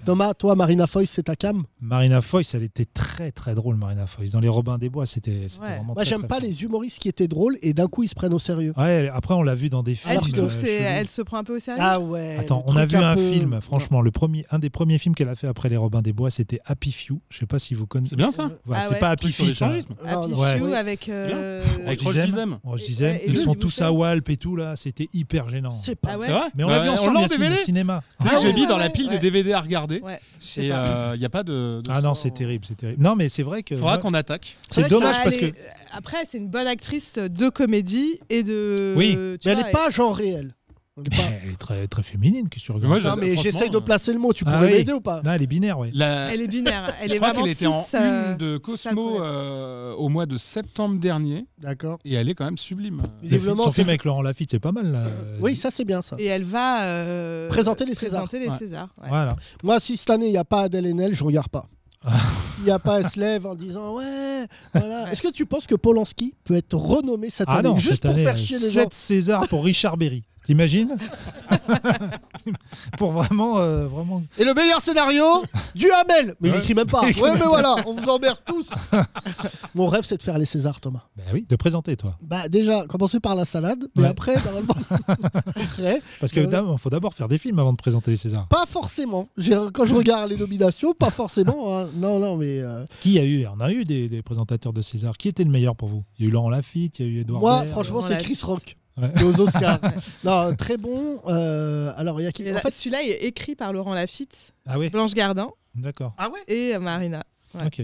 Speaker 3: Thomas, toi, Marina Foïs, c'est ta cam
Speaker 4: Marina Foïs, elle était très très drôle, Marina Foïs. Dans Les Robins des Bois, c'était c'était
Speaker 5: Ouais.
Speaker 4: vraiment.
Speaker 3: Moi,
Speaker 4: très,
Speaker 3: j'aime
Speaker 4: très
Speaker 3: pas
Speaker 4: fort.
Speaker 3: les humoristes qui étaient drôles et d'un coup, ils se prennent au sérieux.
Speaker 4: Ouais, après, on l'a vu dans des films.
Speaker 5: elle, Ah, tu trouves,
Speaker 4: euh,
Speaker 5: c'est-
Speaker 4: chelous.
Speaker 5: elle se prend un peu au sérieux.
Speaker 3: Ah ouais.
Speaker 4: Attends,
Speaker 3: le
Speaker 4: on a
Speaker 3: truc
Speaker 4: vu un
Speaker 3: peu-
Speaker 4: film, franchement, le premier, un des premiers films qu'elle a fait après Les Robins des Bois, c'était Happy Few. Je sais pas si vous connaissez.
Speaker 6: C'est bien ça.
Speaker 4: Voilà,
Speaker 5: Ah
Speaker 4: c'est
Speaker 5: ouais.
Speaker 4: pas
Speaker 6: Truc
Speaker 4: Happy
Speaker 6: sur
Speaker 4: Feet. hein.
Speaker 6: l'échangisme.
Speaker 3: Ah,
Speaker 5: Happy
Speaker 3: non,
Speaker 4: ouais.
Speaker 5: Few
Speaker 3: oui.
Speaker 5: avec. euh,
Speaker 6: Avec
Speaker 4: Je
Speaker 6: Roche
Speaker 4: disais-
Speaker 6: Dizem.
Speaker 4: Oh, je
Speaker 5: Et-
Speaker 4: disais,
Speaker 5: ouais, et
Speaker 4: ils
Speaker 5: Louis
Speaker 4: sont
Speaker 5: Vuitton.
Speaker 4: tous à Walp et tout là, c'était hyper gênant.
Speaker 3: C'est
Speaker 5: Ah
Speaker 3: pas.
Speaker 5: ouais.
Speaker 6: C'est vrai
Speaker 4: Mais on l'a
Speaker 6: Bah,
Speaker 4: vu
Speaker 6: On
Speaker 4: ensemble
Speaker 6: l'a en
Speaker 4: Yacine,
Speaker 6: DVD.
Speaker 4: au cinéma.
Speaker 6: Tu sais
Speaker 5: Ah
Speaker 6: que je l'ai
Speaker 5: ouais,
Speaker 6: mis
Speaker 5: ouais,
Speaker 6: dans la
Speaker 5: ouais.
Speaker 6: pile des
Speaker 5: Ouais.
Speaker 6: DVD à regarder.
Speaker 5: Ouais, je sais
Speaker 6: Et il
Speaker 5: pas.
Speaker 6: n'y a pas de. de
Speaker 4: Ah non,
Speaker 6: son-
Speaker 4: c'est terrible, c'est terrible. Non, mais c'est vrai que
Speaker 6: Faudra
Speaker 4: moi,
Speaker 6: qu'on attaque.
Speaker 3: C'est
Speaker 4: c'est
Speaker 3: vrai
Speaker 4: dommage
Speaker 5: Ah,
Speaker 4: parce
Speaker 5: elle
Speaker 4: que
Speaker 5: est- Après, c'est une bonne actrice de comédie et de.
Speaker 4: Oui,
Speaker 5: tu
Speaker 3: Mais elle
Speaker 5: vois,
Speaker 3: n'est pas genrée, elle. Elle est pas-
Speaker 4: elle est très très féminine que tu regardes. Moi,
Speaker 6: moi, je-
Speaker 3: Non, mais
Speaker 6: franchement,
Speaker 3: j'essaye de
Speaker 6: euh,
Speaker 3: placer le mot. Tu
Speaker 4: Ah
Speaker 3: pourrais
Speaker 4: oui.
Speaker 3: m'aider ou pas
Speaker 4: elle est binaire, ouais.
Speaker 6: La-
Speaker 5: Elle est binaire. Elle
Speaker 6: je
Speaker 5: est
Speaker 6: crois
Speaker 5: vraiment
Speaker 6: qu'elle était en
Speaker 5: six, euh,
Speaker 6: une de Cosmo
Speaker 5: sale
Speaker 6: euh, au mois de septembre dernier
Speaker 3: D'accord.
Speaker 6: et elle est quand même sublime.
Speaker 4: Le-
Speaker 3: visiblement,
Speaker 4: Son
Speaker 3: c'est-
Speaker 4: film avec Laurent Lafitte, c'est pas mal. là.
Speaker 3: Oui, ça, c'est bien ça.
Speaker 5: Et elle va. euh,
Speaker 3: Présenter les Césars.
Speaker 5: Présenter les
Speaker 6: Ouais.
Speaker 5: Césars. ouais.
Speaker 4: Voilà.
Speaker 3: Moi, si cette année, il n'y a pas Adèle Haenel, je regarde pas.
Speaker 4: Ah.
Speaker 3: S'il n'y a pas, elle se lève en disant Ouais, voilà.
Speaker 5: Ouais.
Speaker 3: Est-ce que tu penses que Polanski peut être renommé cette
Speaker 4: Ah
Speaker 3: année
Speaker 4: non,
Speaker 3: juste
Speaker 4: cette
Speaker 3: pour
Speaker 4: année,
Speaker 3: faire chier les
Speaker 4: 7 Césars pour Richard Berry. T'imagines Pour vraiment, euh, vraiment.
Speaker 3: gens Et le meilleur scénario Du Hamel Mais il
Speaker 4: Ouais.
Speaker 3: écrit même pas. Ouais, mais voilà, on vous emmerde tous. Mon rêve, c'est de faire les Césars, Thomas.
Speaker 4: Bah oui, de présenter toi.
Speaker 3: Bah, déjà, commencer par la salade, mais
Speaker 4: Ouais.
Speaker 3: après, normalement. après,
Speaker 4: Parce que
Speaker 3: Ouais.
Speaker 4: d'abord, faut d'abord faire des films avant de présenter les Césars.
Speaker 3: pas forcément. J'ai- Quand je regarde les nominations, pas forcément. hein. Non, non, mais. euh,
Speaker 4: Qui a eu On a eu des, des présentateurs de César. Qui était le meilleur pour vous Il y a eu Laurent Lafitte, il y a eu Edouard.
Speaker 3: Moi,
Speaker 4: Baird. euh,
Speaker 3: franchement,
Speaker 5: on
Speaker 3: c'est
Speaker 5: l'a
Speaker 3: Chris Rock.
Speaker 4: Ouais.
Speaker 3: Et aux Oscars. non, très bon. euh, alors, il y a qui
Speaker 5: Et
Speaker 3: En
Speaker 5: là,
Speaker 3: fait,
Speaker 5: Celui-là est écrit par Laurent Lafitte,
Speaker 4: Ah oui,
Speaker 5: Blanche Gardin
Speaker 4: d'accord.
Speaker 3: ah ouais
Speaker 5: et euh, Marina. Ouais.
Speaker 4: Ok.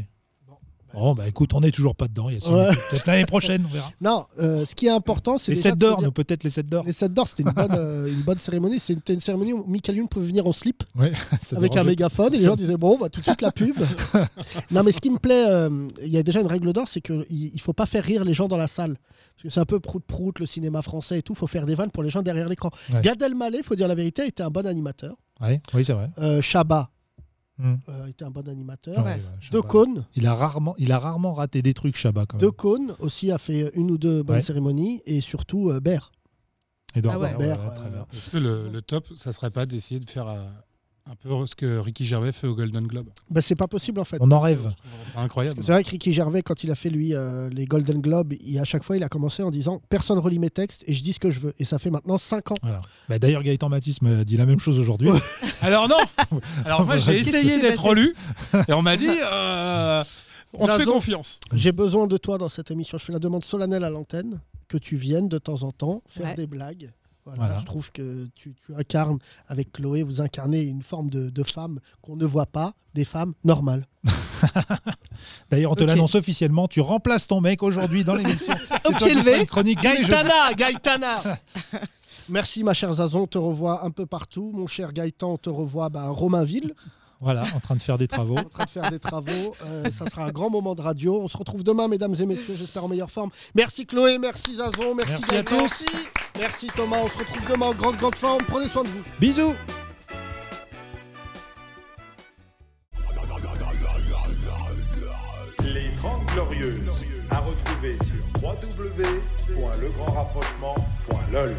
Speaker 4: Bon, bah écoute, on n'est toujours pas dedans. Yacine.
Speaker 3: Ouais.
Speaker 4: Peut-être l'année prochaine, on verra.
Speaker 3: Non, euh, ce qui est important, c'est
Speaker 4: Les
Speaker 3: déjà
Speaker 4: 7
Speaker 3: de se
Speaker 4: d'or,
Speaker 3: dire-
Speaker 4: nous, peut-être les 7 d'or.
Speaker 3: Les 7 d'or, c'était une bonne, euh, une bonne cérémonie. C'était une cérémonie où Michael Youn pouvait venir en slip
Speaker 4: Ça
Speaker 3: avec un
Speaker 4: dérange-
Speaker 3: mégaphone et les
Speaker 4: Ça-
Speaker 3: gens disaient bon, bah, tout de suite la pub. non, mais ce qui me plaît, euh, il y a déjà une règle d'or, c'est qu'il il faut pas faire rire les gens dans la salle. Parce que c'est un peu prout-prout, le cinéma français et tout. faut faire des vannes pour les gens derrière l'écran.
Speaker 4: Ouais.
Speaker 3: Gad Elmaleh, faut dire la vérité, était un bon animateur.
Speaker 4: Ouais, oui, c'est vrai.
Speaker 3: Euh, Chabat
Speaker 4: Hmm.
Speaker 3: euh, était un bon animateur.
Speaker 4: Ouais, ouais,
Speaker 3: De
Speaker 4: Chabat.
Speaker 3: Cône,
Speaker 4: il a rarement, il a rarement raté des trucs Chabat quand
Speaker 3: De
Speaker 4: même.
Speaker 3: Cône aussi a fait une ou deux bonnes
Speaker 4: Ouais.
Speaker 3: cérémonies et surtout euh, Baird.
Speaker 4: Edouard
Speaker 5: Ah ouais.
Speaker 4: Baird,
Speaker 3: Baird,
Speaker 4: ouais,
Speaker 3: euh,
Speaker 4: très bien.
Speaker 6: Est-ce que le, le top, ça serait pas d'essayer de faire euh, un peu ce que Ricky Gervais fait au Golden Globe
Speaker 3: Bah, c'est pas possible en fait.
Speaker 4: On en rêve.
Speaker 6: C'est incroyable.
Speaker 3: C'est vrai que Ricky Gervais, quand il a fait lui euh, les Golden Globes, il, à chaque fois il a commencé en disant personne relit mes textes et je dis ce que je veux. Et ça fait maintenant 5 ans.
Speaker 4: Voilà. Bah, D'ailleurs, Gaëtan Matisse me dit la même chose aujourd'hui.
Speaker 6: Alors non Alors moi j'ai
Speaker 4: Qu'est-ce
Speaker 5: qui
Speaker 6: essayé
Speaker 5: s'est
Speaker 6: d'être
Speaker 5: passé
Speaker 6: relu et on m'a dit euh, on te fait
Speaker 3: Jason.
Speaker 6: confiance.
Speaker 3: J'ai besoin de toi dans cette émission. Je fais la demande solennelle à l'antenne que tu viennes de temps en temps faire
Speaker 5: Ouais.
Speaker 3: des blagues. Voilà,
Speaker 4: Voilà.
Speaker 3: Je trouve que tu, tu incarnes, avec Chloé, vous incarnez une forme de, de femme qu'on ne voit pas, des femmes normales.
Speaker 4: D'ailleurs, on te
Speaker 5: Ok.
Speaker 4: l'annonce officiellement. Tu remplaces ton mec aujourd'hui dans l'émission.
Speaker 6: Ah,
Speaker 4: C'est
Speaker 5: Au
Speaker 4: toi
Speaker 5: pied
Speaker 4: qui
Speaker 5: levé.
Speaker 4: fais une Chronique tous les jeudis.
Speaker 3: Gaëtana Gaëtana Merci ma chère Zazon, on te revoit un peu partout. Mon cher Gaëtan, on te revoit bah, à Romainville,
Speaker 4: Voilà, en train de faire des travaux.
Speaker 3: en train de faire des travaux. Euh, ça sera un grand moment de radio. On se retrouve demain, mesdames et messieurs, j'espère en meilleure forme. Merci Chloé, merci Zazon, merci,
Speaker 4: Merci à
Speaker 3: Gaëtan.
Speaker 4: tous.
Speaker 3: Merci Thomas, on se retrouve demain en grande, grande forme. Prenez soin de vous.
Speaker 4: Bisous.
Speaker 8: Les 30 Glorieuses, à retrouver sur www.legrandrapprochement.lol.